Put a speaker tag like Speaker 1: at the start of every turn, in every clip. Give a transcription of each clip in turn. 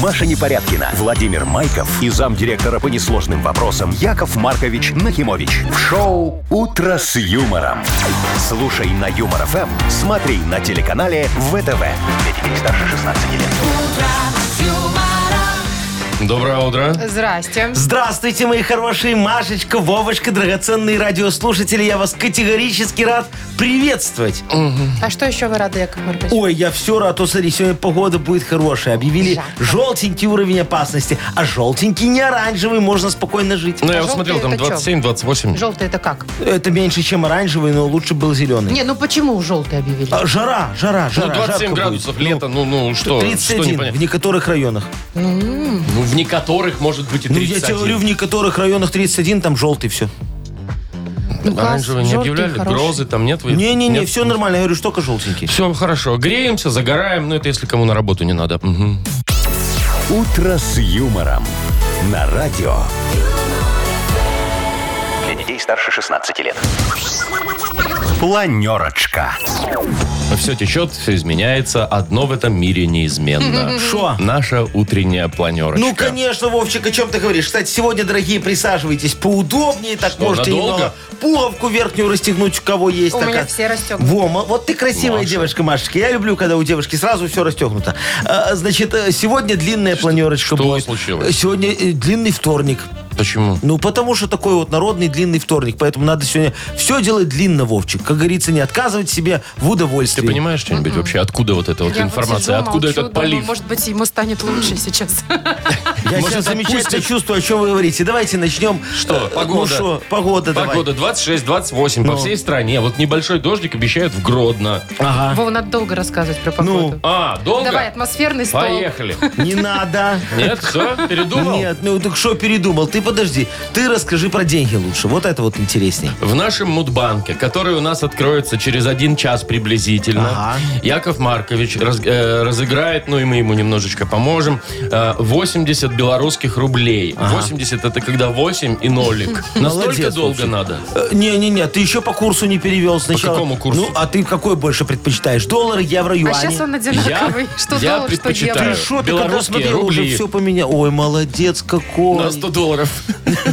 Speaker 1: Маша Непорядкина, Владимир Майков и замдиректора по несложным вопросам Яков Маркович Нахимович. В шоу «Утро с юмором». Слушай на Юмор ФМ, смотри на телеканале ВТВ. Для детей старше 16 лет.
Speaker 2: Доброе утро.
Speaker 3: Здрасте.
Speaker 4: Здравствуйте, мои хорошие Машечка, Вовочка, драгоценные радиослушатели. Я вас категорически рад приветствовать.
Speaker 3: А что еще вы рады, Яков Маркович?
Speaker 4: Ой, я все рад, а то, смотри, сегодня погода будет хорошая. Объявили
Speaker 3: Жарко.
Speaker 4: желтенький уровень опасности. А желтенький не оранжевый, можно спокойно жить.
Speaker 2: Ну, я
Speaker 3: А
Speaker 2: вот смотрел, там
Speaker 3: желтый это
Speaker 2: 27-28.
Speaker 3: Желтый это как?
Speaker 4: Это меньше, чем оранжевый, но лучше был зеленый.
Speaker 3: Не, ну почему желтый объявили?
Speaker 4: А, жара, жара, жара.
Speaker 2: Ну, 27
Speaker 4: жарко
Speaker 2: градусов,
Speaker 4: будет.
Speaker 2: лето, ну, ну, что, что
Speaker 4: 31 в
Speaker 2: непонятно.
Speaker 4: некоторых районах.
Speaker 2: Ну, в некоторых может быть и
Speaker 4: Ну, я тебе
Speaker 2: 31.
Speaker 4: говорю, в некоторых районах 31, там желтый все.
Speaker 3: Ну, класс,
Speaker 2: Оранжевые не
Speaker 3: желтый,
Speaker 2: объявляли,
Speaker 3: хороший.
Speaker 2: грозы там нет? вы-
Speaker 4: Не-не-не,
Speaker 2: нет?
Speaker 4: все нормально. Я говорю, что только желтенький.
Speaker 2: Все хорошо, греемся, загораем, ну это если кому на работу не надо. Мгм.
Speaker 1: «Утро с юмором» на радио. Для детей старше 16 лет. Планерочка.
Speaker 2: Все течет, все изменяется, одно в этом мире неизменно.
Speaker 4: Шо?
Speaker 2: Наша утренняя планерочка.
Speaker 4: Ну, конечно, Вовчик, о чем ты говоришь? Кстати, сегодня, дорогие, присаживайтесь поудобнее, так можете
Speaker 2: надолго?
Speaker 4: немного пуговку верхнюю расстегнуть, у кого есть
Speaker 3: У
Speaker 4: такая.
Speaker 3: меня все расстегнуты.
Speaker 4: Во, ма- вот ты красивая
Speaker 2: Маша.
Speaker 4: девочка, Машечка. Я люблю, когда у девушки сразу все расстегнуто. А, Значит, э, сегодня длинная планерочка
Speaker 2: что
Speaker 4: будет.
Speaker 2: случилось?
Speaker 4: Э, Сегодня э, длинный вторник.
Speaker 2: Почему?
Speaker 4: Ну, потому что такой вот народный длинный вторник. Поэтому надо сегодня все делать длинно, Вовчик. Как говорится, не отказывать себе в удовольствии.
Speaker 2: Ты понимаешь что-нибудь вообще? Откуда вот эта вот
Speaker 3: Я вот
Speaker 2: информация?
Speaker 3: сижу,
Speaker 2: Откуда
Speaker 3: молчу,
Speaker 2: этот
Speaker 3: думаю,
Speaker 2: полив? Хм.
Speaker 3: Может быть, ему станет лучше сейчас.
Speaker 4: Я
Speaker 2: Может,
Speaker 4: сейчас замечательно
Speaker 2: отпустишь?
Speaker 4: чувствую, о чем вы говорите. Давайте начнем.
Speaker 2: Что,
Speaker 4: Э,
Speaker 2: погода?
Speaker 4: Ну что, погода, давай. Ну.
Speaker 2: Погода 26-28 по всей стране. Вот небольшой дождик обещают в Гродно.
Speaker 4: Ага.
Speaker 3: Вова, надо долго рассказывать про погоду.
Speaker 2: А, долго?
Speaker 3: Давай, атмосферный стол.
Speaker 2: Поехали.
Speaker 4: Не надо.
Speaker 2: Нет, все, передумал?
Speaker 4: Нет, ну так что передумал? Ты подожди. Ты расскажи про деньги лучше. Вот это вот интересней.
Speaker 2: В нашем Мудбанке, который у нас откроется через один час приблизительно,
Speaker 4: Ага.
Speaker 2: Яков Маркович раз- э, разыграет, ну и мы ему немножечко поможем, э, 80 белорусских рублей. 80 это когда 8 и нолик. Настолько
Speaker 4: Молодец,
Speaker 2: долго
Speaker 4: Вовчик.
Speaker 2: надо.
Speaker 4: Э, Не-не-не, ты еще по курсу не перевел сначала.
Speaker 2: какому курсу?
Speaker 4: Ну, а ты какой больше предпочитаешь? Доллары, евро,
Speaker 3: А
Speaker 4: юани?
Speaker 3: сейчас он
Speaker 2: Я,
Speaker 3: одинаковый. Что
Speaker 2: я
Speaker 3: доллар, что
Speaker 2: предпочитаю
Speaker 3: евро.
Speaker 4: Ты Э, шо, ты когда
Speaker 2: белорусские
Speaker 4: смотрел,
Speaker 2: рубли
Speaker 4: уже все поменял. Ой, молодец какой.
Speaker 2: на 100 долларов.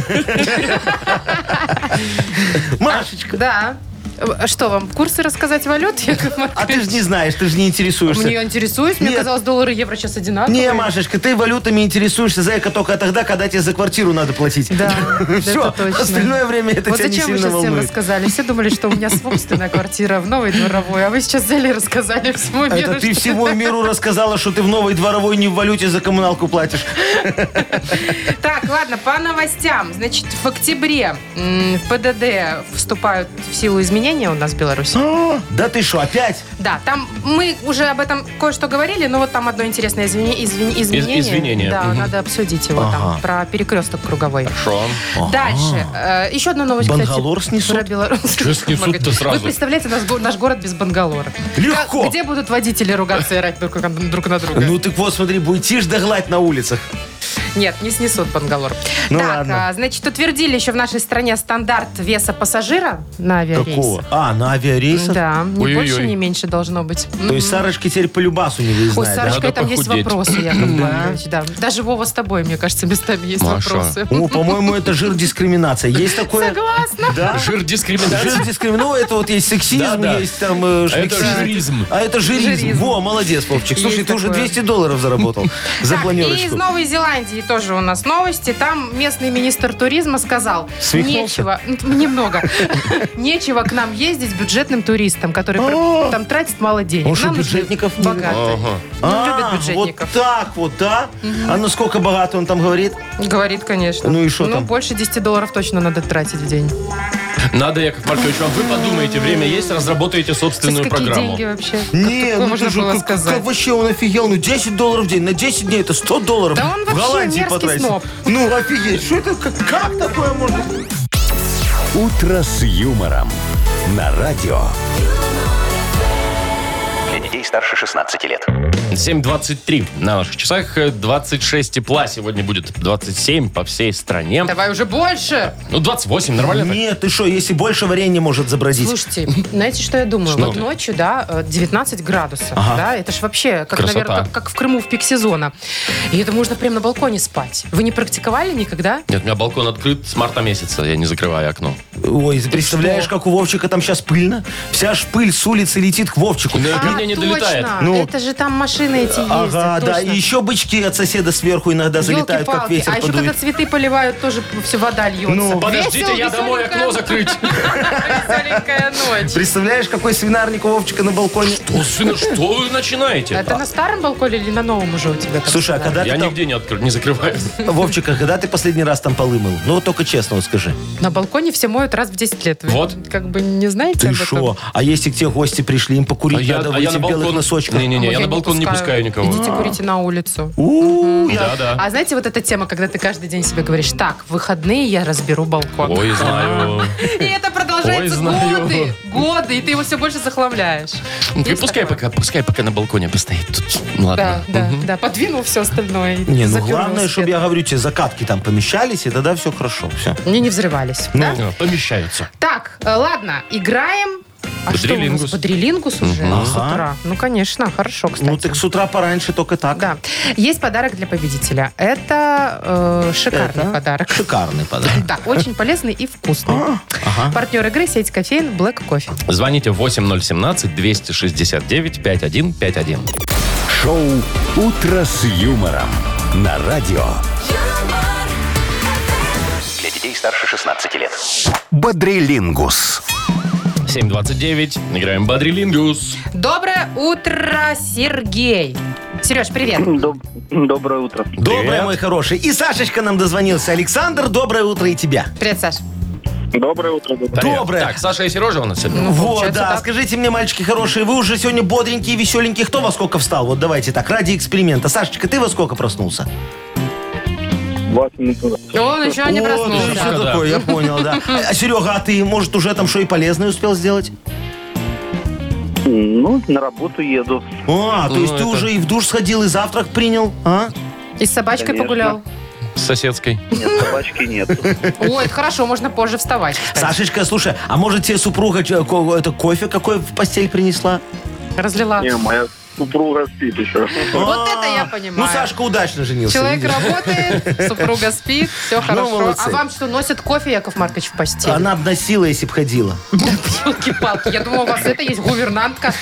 Speaker 4: Машечка,
Speaker 3: Да. Э, Что вам, курсы рассказать валют, Яков Маркович?
Speaker 4: а ты же не знаешь, ты же не интересуешься.
Speaker 3: Мне интересуюсь, мне
Speaker 4: Нет.
Speaker 3: казалось, доллары и евро сейчас одинаковые.
Speaker 4: Не, Машечка, ты валютами интересуешься, зайка, только тогда, когда тебе за квартиру надо платить.
Speaker 3: Да,
Speaker 4: Все,
Speaker 3: это точно.
Speaker 4: остальное время это
Speaker 3: Вот
Speaker 4: тебя не
Speaker 3: зачем вы
Speaker 4: сильно
Speaker 3: сейчас всем
Speaker 4: волнует.
Speaker 3: рассказали? Все думали, что у меня собственная квартира в новой дворовой, а вы сейчас взяли и рассказали всему миру.
Speaker 4: А Это ты
Speaker 3: что-
Speaker 4: всему миру рассказала, что ты в новой дворовой не в валюте за коммуналку платишь.
Speaker 3: Так, ладно, по новостям. Значит, в октябре м, в ПДД вступают в силу изменения у нас в Беларуси.
Speaker 4: Да ты что, опять?
Speaker 3: Да, там мы уже об этом кое-что говорили, но вот там одно интересное извини- извини- изменение.
Speaker 2: извинение.
Speaker 3: Да,
Speaker 2: Мгм.
Speaker 3: надо обсудить его там, про перекресток круговой.
Speaker 2: Хорошо.
Speaker 3: Дальше. Э, Еще одна новость,
Speaker 4: Бангалор
Speaker 3: кстати.
Speaker 4: снесут?
Speaker 3: Про белорусских.
Speaker 2: Чё снесут-то
Speaker 3: магазинов.
Speaker 2: сразу?
Speaker 3: Вы представляете наш, го- наш город без Бангалора?
Speaker 4: Легко.
Speaker 3: Как- Где будут водители ругаться и орать друг, друг на друга?
Speaker 4: Ну так вот, смотри, будет тишь да гладь на улицах.
Speaker 3: Нет, не снесут Бангалор.
Speaker 4: Ну
Speaker 3: так,
Speaker 4: ладно.
Speaker 3: а, значит, утвердили еще в нашей стране стандарт веса пассажира на авиарейсах.
Speaker 4: Какого? А, на авиарейсах?
Speaker 3: Да, ни
Speaker 2: Ой-ой-ой.
Speaker 3: больше, ни меньше должно быть.
Speaker 4: То есть Сарочка теперь по любасу не
Speaker 3: Ой, с
Speaker 4: выездная, да?
Speaker 3: Сарочкой
Speaker 2: Надо
Speaker 3: там есть
Speaker 2: похудеть.
Speaker 3: вопросы, Яков Маркович, да. Даже Вова с тобой, мне кажется, местами есть
Speaker 2: Маша.
Speaker 3: вопросы.
Speaker 4: О, по-моему, это жир дискриминация. Есть такое...
Speaker 3: Согласна.
Speaker 4: Да?
Speaker 2: Жир дискриминации.
Speaker 4: Жир дискриминация. Ну, это вот есть сексизм,
Speaker 2: Да-да. А
Speaker 4: есть там э,
Speaker 2: Это
Speaker 4: шмексизм.
Speaker 2: жиризм.
Speaker 4: А это жиризм.
Speaker 3: Жиризм.
Speaker 4: Во, молодец, Вовчик. Слушай,
Speaker 3: Есть
Speaker 4: ты уже
Speaker 3: такое.
Speaker 4: 200 долларов заработал за
Speaker 3: Так, И из
Speaker 4: планерочку.
Speaker 3: Новой Зеландии тоже у нас новости. Там местный министр туризма сказал,
Speaker 4: Свихнулся?
Speaker 3: нечего, м, немного, нечего к нам ездить бюджетным туристам, которые пр- там тратят мало денег.
Speaker 4: Он что,
Speaker 3: Нам нужны
Speaker 4: бюджетников не
Speaker 3: богатые.
Speaker 2: Ага.
Speaker 3: Он
Speaker 4: А,
Speaker 3: любит бюджетников.
Speaker 4: Вот так вот, да? А ну сколько богато он там говорит?
Speaker 3: Говорит, конечно.
Speaker 4: Ну и шо
Speaker 3: Ну,
Speaker 4: там?
Speaker 3: больше 10 долларов точно надо тратить в день.
Speaker 2: Надо, Яков Маркович, вам вы подумаете, время есть, разработаете собственную
Speaker 3: Есть какие
Speaker 2: программу.
Speaker 3: деньги вообще? Как
Speaker 4: Не,
Speaker 3: такое
Speaker 4: ну
Speaker 3: можно
Speaker 4: ты же,
Speaker 3: было
Speaker 4: как,
Speaker 3: сказать?
Speaker 4: как вообще он офигел. Ну 10 долларов в день, на 10 дней это 100 долларов.
Speaker 3: Да он
Speaker 4: в
Speaker 3: вообще
Speaker 4: Голландии
Speaker 3: мерзкий
Speaker 4: потратил.
Speaker 3: сноб.
Speaker 4: Ну офигеть, что это, как, как такое можно?
Speaker 1: «Утро с юмором» на радио.
Speaker 5: Для детей старше 16 лет.
Speaker 2: 7.23 на наших часах. э, 26 тепла сегодня будет. 27 по всей стране.
Speaker 3: Давай уже больше.
Speaker 2: Ну, 28, нормально так?
Speaker 4: Нет, ты что, если больше варенья может забродить.
Speaker 3: Слушайте, знаете, что я думаю?
Speaker 2: Что?
Speaker 3: Вот ночью, да, э, 19 градусов, да, это ж вообще, как,
Speaker 2: Красота.
Speaker 3: наверное, как, как в Крыму в пик сезона. И это можно прям на балконе спать. Вы не практиковали никогда?
Speaker 2: Нет, у меня балкон открыт с марта месяца. Я не закрываю окно.
Speaker 4: Ой, ты представляешь,
Speaker 3: что?
Speaker 4: как у Вовчика там сейчас пыльно? Вся ж пыль с улицы летит к Вовчику.
Speaker 2: Да.
Speaker 3: а,
Speaker 2: меня не
Speaker 3: точно.
Speaker 2: долетает.
Speaker 4: Ну.
Speaker 3: это же там машины эти ездят.
Speaker 4: Ага, да,
Speaker 3: точно.
Speaker 4: и еще бычки от соседа сверху иногда залетают, как
Speaker 3: Ёлки-палки.
Speaker 4: ветер
Speaker 3: А еще когда
Speaker 4: подует.
Speaker 3: цветы поливают, тоже все вода льется.
Speaker 4: Ну.
Speaker 2: Подождите, я домой окно закрыть.
Speaker 3: Веселенькая ночь.
Speaker 4: Представляешь, какой свинарник у Вовчика на балконе?
Speaker 2: О, сына, что вы начинаете?
Speaker 3: Это на старом балконе или на новом уже у тебя? так
Speaker 4: Слушай, а
Speaker 3: всегда?
Speaker 4: когда
Speaker 2: Я
Speaker 4: ты там...
Speaker 2: нигде не, откры- не закрываю.
Speaker 4: Вовчик, а когда ты последний раз там полы мыл? Ну, вот только честно вот скажи.
Speaker 3: На балконе все моют раз в 10 лет. Вы
Speaker 2: Вот.
Speaker 3: Как бы не знаете
Speaker 4: Ты
Speaker 3: об этом?
Speaker 4: шо? А если к тебе гости пришли, им
Speaker 2: А
Speaker 4: покурить надо выйти в белых носочках?
Speaker 2: Не-не-не, я на балкон не пускаю никого.
Speaker 3: Идите курите на улицу.
Speaker 4: У, я-
Speaker 2: Да-да.
Speaker 3: А знаете, вот эта тема, когда ты каждый день себе говоришь, так, в выходные я разберу балкон.
Speaker 2: Ой, знаю.
Speaker 3: И это продолжается
Speaker 2: Ой, знаю.
Speaker 3: годы, годы, и ты его все больше захламляешь.
Speaker 2: Ну, ты
Speaker 3: Есть
Speaker 2: Пускай
Speaker 3: такое?
Speaker 2: пока, пускай пока на балконе постоит. Тут, ну,
Speaker 3: Да,
Speaker 2: Ладно.
Speaker 3: да, да, подвинул все остальное. и
Speaker 4: Не, ну
Speaker 3: запер
Speaker 4: главное,
Speaker 3: велосипед.
Speaker 4: чтобы, я говорю тебе, закатки там помещались, и тогда все хорошо, все.
Speaker 3: Они не взрывались, да?
Speaker 2: Ну, Помещаются.
Speaker 3: Так, э, ладно, играем. А что у нас?
Speaker 2: Бодрилингус.
Speaker 3: Бодрилингус уже с
Speaker 4: Ага.
Speaker 3: утра. Ну, конечно, хорошо, кстати.
Speaker 4: Ну, так с утра пораньше только так.
Speaker 3: Да. Есть подарок для победителя. Это э, шикарный
Speaker 4: Это
Speaker 3: подарок.
Speaker 4: Шикарный подарок.
Speaker 3: Да, очень полезный и вкусный. Партнер игры сеть кофеин Black Кофе.
Speaker 2: Звоните 8017-269-5151.
Speaker 1: Шоу «Утро с юмором» на радио.
Speaker 6: юмор,
Speaker 5: Для детей старше 16 лет.
Speaker 1: Бодрилингус.
Speaker 2: 7.29. Играем в Бодрилингус.
Speaker 3: Доброе утро, Сергей. Сереж, привет.
Speaker 7: Доб- Доброе утро.
Speaker 4: Доброе, мой хороший. И Сашечка нам дозвонился. Александр, доброе утро и тебя.
Speaker 3: Привет, Саш.
Speaker 7: Доброе утро. доброе.
Speaker 2: Привет.
Speaker 4: Доброе.
Speaker 2: Так, Саша и Сережа у нас сегодня.
Speaker 4: Вот,
Speaker 3: Ну, получается
Speaker 4: да.
Speaker 3: так.
Speaker 4: Скажите мне, мальчики хорошие, вы уже сегодня бодренькие, веселенькие. Кто во сколько встал? Вот давайте так, ради эксперимента. Сашечка, ты во сколько проснулся?
Speaker 7: Восемь минут назад.
Speaker 3: Он еще не
Speaker 4: О, ну,
Speaker 3: проснулся.
Speaker 4: что
Speaker 2: да.
Speaker 4: такое, я понял, да. А, Серега, а ты, может, уже там что и полезное успел сделать?
Speaker 7: Ну, на работу еду.
Speaker 4: А, то
Speaker 2: Ну,
Speaker 4: есть ты
Speaker 2: это-
Speaker 4: уже и в душ сходил, и завтрак принял, а?
Speaker 3: И с собачкой
Speaker 7: Конечно.
Speaker 3: погулял.
Speaker 2: С соседской.
Speaker 7: Нет, собачки нет.
Speaker 3: Ой, это хорошо, можно позже вставать. кстати.
Speaker 4: Сашечка, слушай, а может тебе супруга э, ко- это кофе какой в постель принесла?
Speaker 3: Разлила.
Speaker 7: Не, моя супруга спит еще.
Speaker 3: Вот
Speaker 4: А,
Speaker 3: это я понимаю.
Speaker 4: Ну, Сашка удачно женился.
Speaker 3: Человек
Speaker 4: видишь.
Speaker 3: работает, супруга спит, все хорошо.
Speaker 4: молодцы. А ну.
Speaker 3: А вам что, носят кофе, Яков Маркович, в постели?
Speaker 4: Она обносила, если б ходила.
Speaker 3: Елки-палки, я думала, у вас это есть гувернантка.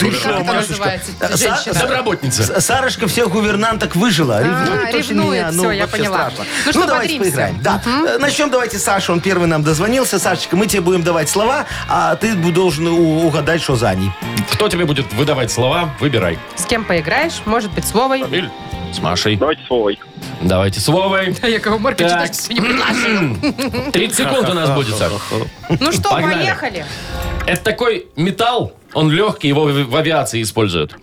Speaker 3: Или
Speaker 4: что,
Speaker 3: Как это
Speaker 4: Машечка?
Speaker 3: называется?
Speaker 4: Са-
Speaker 3: Женщина.
Speaker 2: Добротница.
Speaker 4: С- Сарочка всех гувернанток выжила. Ревнует, очень
Speaker 3: А, ревнует,
Speaker 4: меня, ну,
Speaker 3: всё, я
Speaker 4: вообще
Speaker 3: поняла.
Speaker 4: страшно.
Speaker 3: Ну что,
Speaker 4: давайте
Speaker 3: бодримся.
Speaker 4: поиграем. Да. Э, Начнем давайте с Саши, он первый нам дозвонился. Сашечка, мы тебе будем давать слова, а ты бу- должен у- угадать, что за ней.
Speaker 2: Кто тебе будет выдавать слова, выбирай.
Speaker 3: С кем поиграешь? Может быть, с Вовой?
Speaker 2: Или с Машей.
Speaker 7: Давайте свой.
Speaker 2: Давайте с Вовой.
Speaker 3: А Якова Марковича
Speaker 2: Так.
Speaker 3: даже себе не предложил.
Speaker 2: 30 секунд у нас будет, Саш.
Speaker 3: Ну что,
Speaker 2: Погнали.
Speaker 3: поехали.
Speaker 2: Это такой металл, он легкий, его в в авиации используют.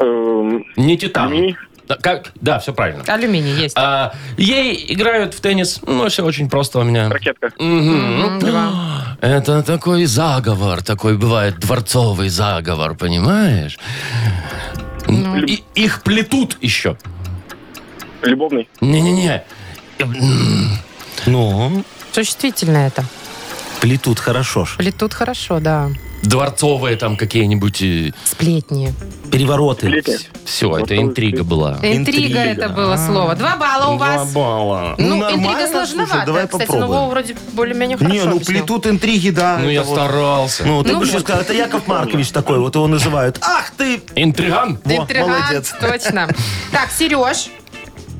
Speaker 7: Эм,
Speaker 2: Не титан.
Speaker 7: Алюминий?
Speaker 2: Да, как? да все правильно.
Speaker 3: Алюминий есть.
Speaker 2: А, ей играют в теннис. Ну, все очень просто у меня.
Speaker 7: Ракетка.
Speaker 3: М, Два.
Speaker 2: Это такой заговор, такой бывает дворцовый заговор, понимаешь?
Speaker 3: Ну.
Speaker 2: И- их плетут еще.
Speaker 7: Любовный.
Speaker 2: Не-не-не.
Speaker 4: Ну,
Speaker 3: Существительное это.
Speaker 4: плетут хорошо ж.
Speaker 3: Плетут хорошо, да.
Speaker 2: Дворцовые там какие-нибудь.
Speaker 3: Сплетни.
Speaker 4: Перевороты.
Speaker 7: Летняя.
Speaker 2: Все, это интрига была.
Speaker 3: Интрига
Speaker 4: Интрига.
Speaker 3: это было слово. Два балла у вас.
Speaker 2: балла.
Speaker 4: Ну,
Speaker 3: Ну,
Speaker 4: нормально,
Speaker 3: интрига
Speaker 4: слушай,
Speaker 3: сложновато,
Speaker 4: давай
Speaker 3: кстати, но
Speaker 4: попробуем.
Speaker 3: Вова вроде более-менее хорошо
Speaker 4: Не, ну
Speaker 3: объяснил.
Speaker 4: плетут интриги, да.
Speaker 2: Ну,
Speaker 4: это
Speaker 2: я
Speaker 4: вот.
Speaker 2: старался.
Speaker 4: Ну, ты
Speaker 3: Ну
Speaker 4: бы еще
Speaker 3: вот.
Speaker 4: сказал, это Яков Маркович такой, вот его называют. Ах ты!
Speaker 2: Интриган?
Speaker 4: Во,
Speaker 3: Интригант,
Speaker 4: молодец.
Speaker 3: точно. Так, Сереж,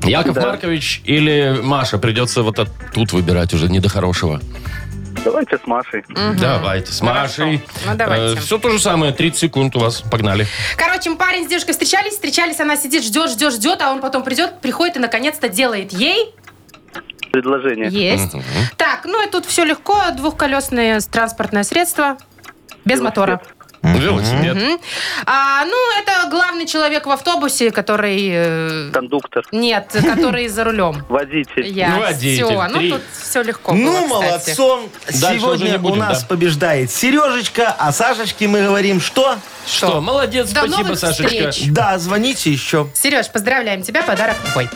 Speaker 2: Яков Маркович или Маша? Придется вот от- тут выбирать уже, не до хорошего.
Speaker 7: Давайте с Машей.
Speaker 2: Давайте, с Машей.
Speaker 3: Хорошо. Ну, давайте.
Speaker 2: все то же самое, 30 секунд у вас, погнали.
Speaker 3: Короче, парень с девушкой встречались, встречались, она сидит, ждет, ждет, ждет, а он потом придет, приходит и наконец-то делает ей.
Speaker 7: Предложение.
Speaker 3: Есть. Так, ну и тут все легко, двухколесное транспортное средство. Без мотора.
Speaker 2: Велосипед.
Speaker 3: А, ну, это главный человек в автобусе, который... э,
Speaker 7: Кондуктор,
Speaker 3: Нет, который за рулем.
Speaker 7: водитель.
Speaker 3: Я.
Speaker 2: Ну, водитель,
Speaker 3: Все, ну
Speaker 2: три.
Speaker 3: тут все легко
Speaker 4: Ну,
Speaker 3: было, кстати.
Speaker 4: молодцом.
Speaker 2: Дальше уже не
Speaker 4: Сегодня у
Speaker 2: будем,
Speaker 4: нас
Speaker 2: да.
Speaker 4: побеждает Сережечка, а Сашечке мы говорим, что?
Speaker 2: Что, молодец,
Speaker 3: До
Speaker 2: спасибо,
Speaker 3: новых
Speaker 2: Сашечка.
Speaker 3: встреч.
Speaker 4: Да, звоните еще.
Speaker 3: Сереж, поздравляем тебя, подарок твой.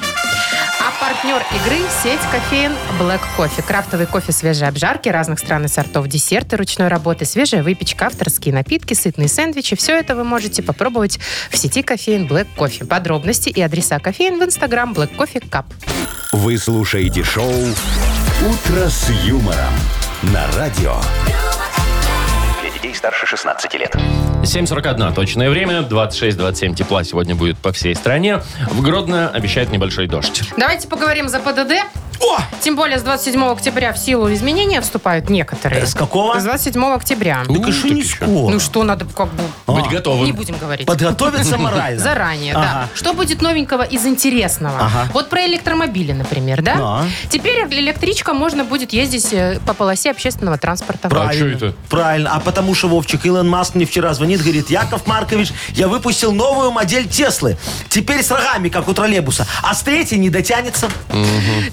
Speaker 3: А партнер игры – сеть кофеин Black Coffee. Крафтовый кофе свежей обжарки разных стран и сортов, десерты ручной работы, свежая выпечка, авторские напитки, сытные сэндвичи. Все это вы можете попробовать в сети кофеин Black Coffee. Подробности и адреса кофеин в инстаграм Black Coffee Cup.
Speaker 1: Вы слушаете шоу «Утро с юмором» на радио.
Speaker 5: Для детей старше 16 лет.
Speaker 2: 7.41 точное время, 26-27 тепла сегодня будет по всей стране. В Гродно обещают небольшой дождь.
Speaker 3: Давайте поговорим за ПДД.
Speaker 4: О!
Speaker 3: Тем более с 27 октября в силу изменения вступают некоторые.
Speaker 4: Э, с какого?
Speaker 3: С 27 октября.
Speaker 2: У,
Speaker 4: Так и шо
Speaker 2: так
Speaker 4: не
Speaker 2: еще.
Speaker 4: скоро.
Speaker 3: Ну что, надо как бы...
Speaker 4: А,
Speaker 2: Быть
Speaker 3: Не
Speaker 2: готовым.
Speaker 3: будем говорить.
Speaker 4: Подготовиться морально.
Speaker 3: Заранее, да.
Speaker 4: Ага.
Speaker 3: Что будет новенького из интересного?
Speaker 4: Ага.
Speaker 3: Вот про электромобили, например, да?
Speaker 4: Да.
Speaker 3: Теперь электричка можно будет ездить э, по полосе общественного транспорта.
Speaker 2: Правильно. А чё это?
Speaker 4: Правильно. А потому что, Вовчик, Илон Маск мне вчера звонит, говорит, Яков Маркович, я выпустил новую модель Теслы. Теперь с рогами, как у троллейбуса. А с третьей не дотянется.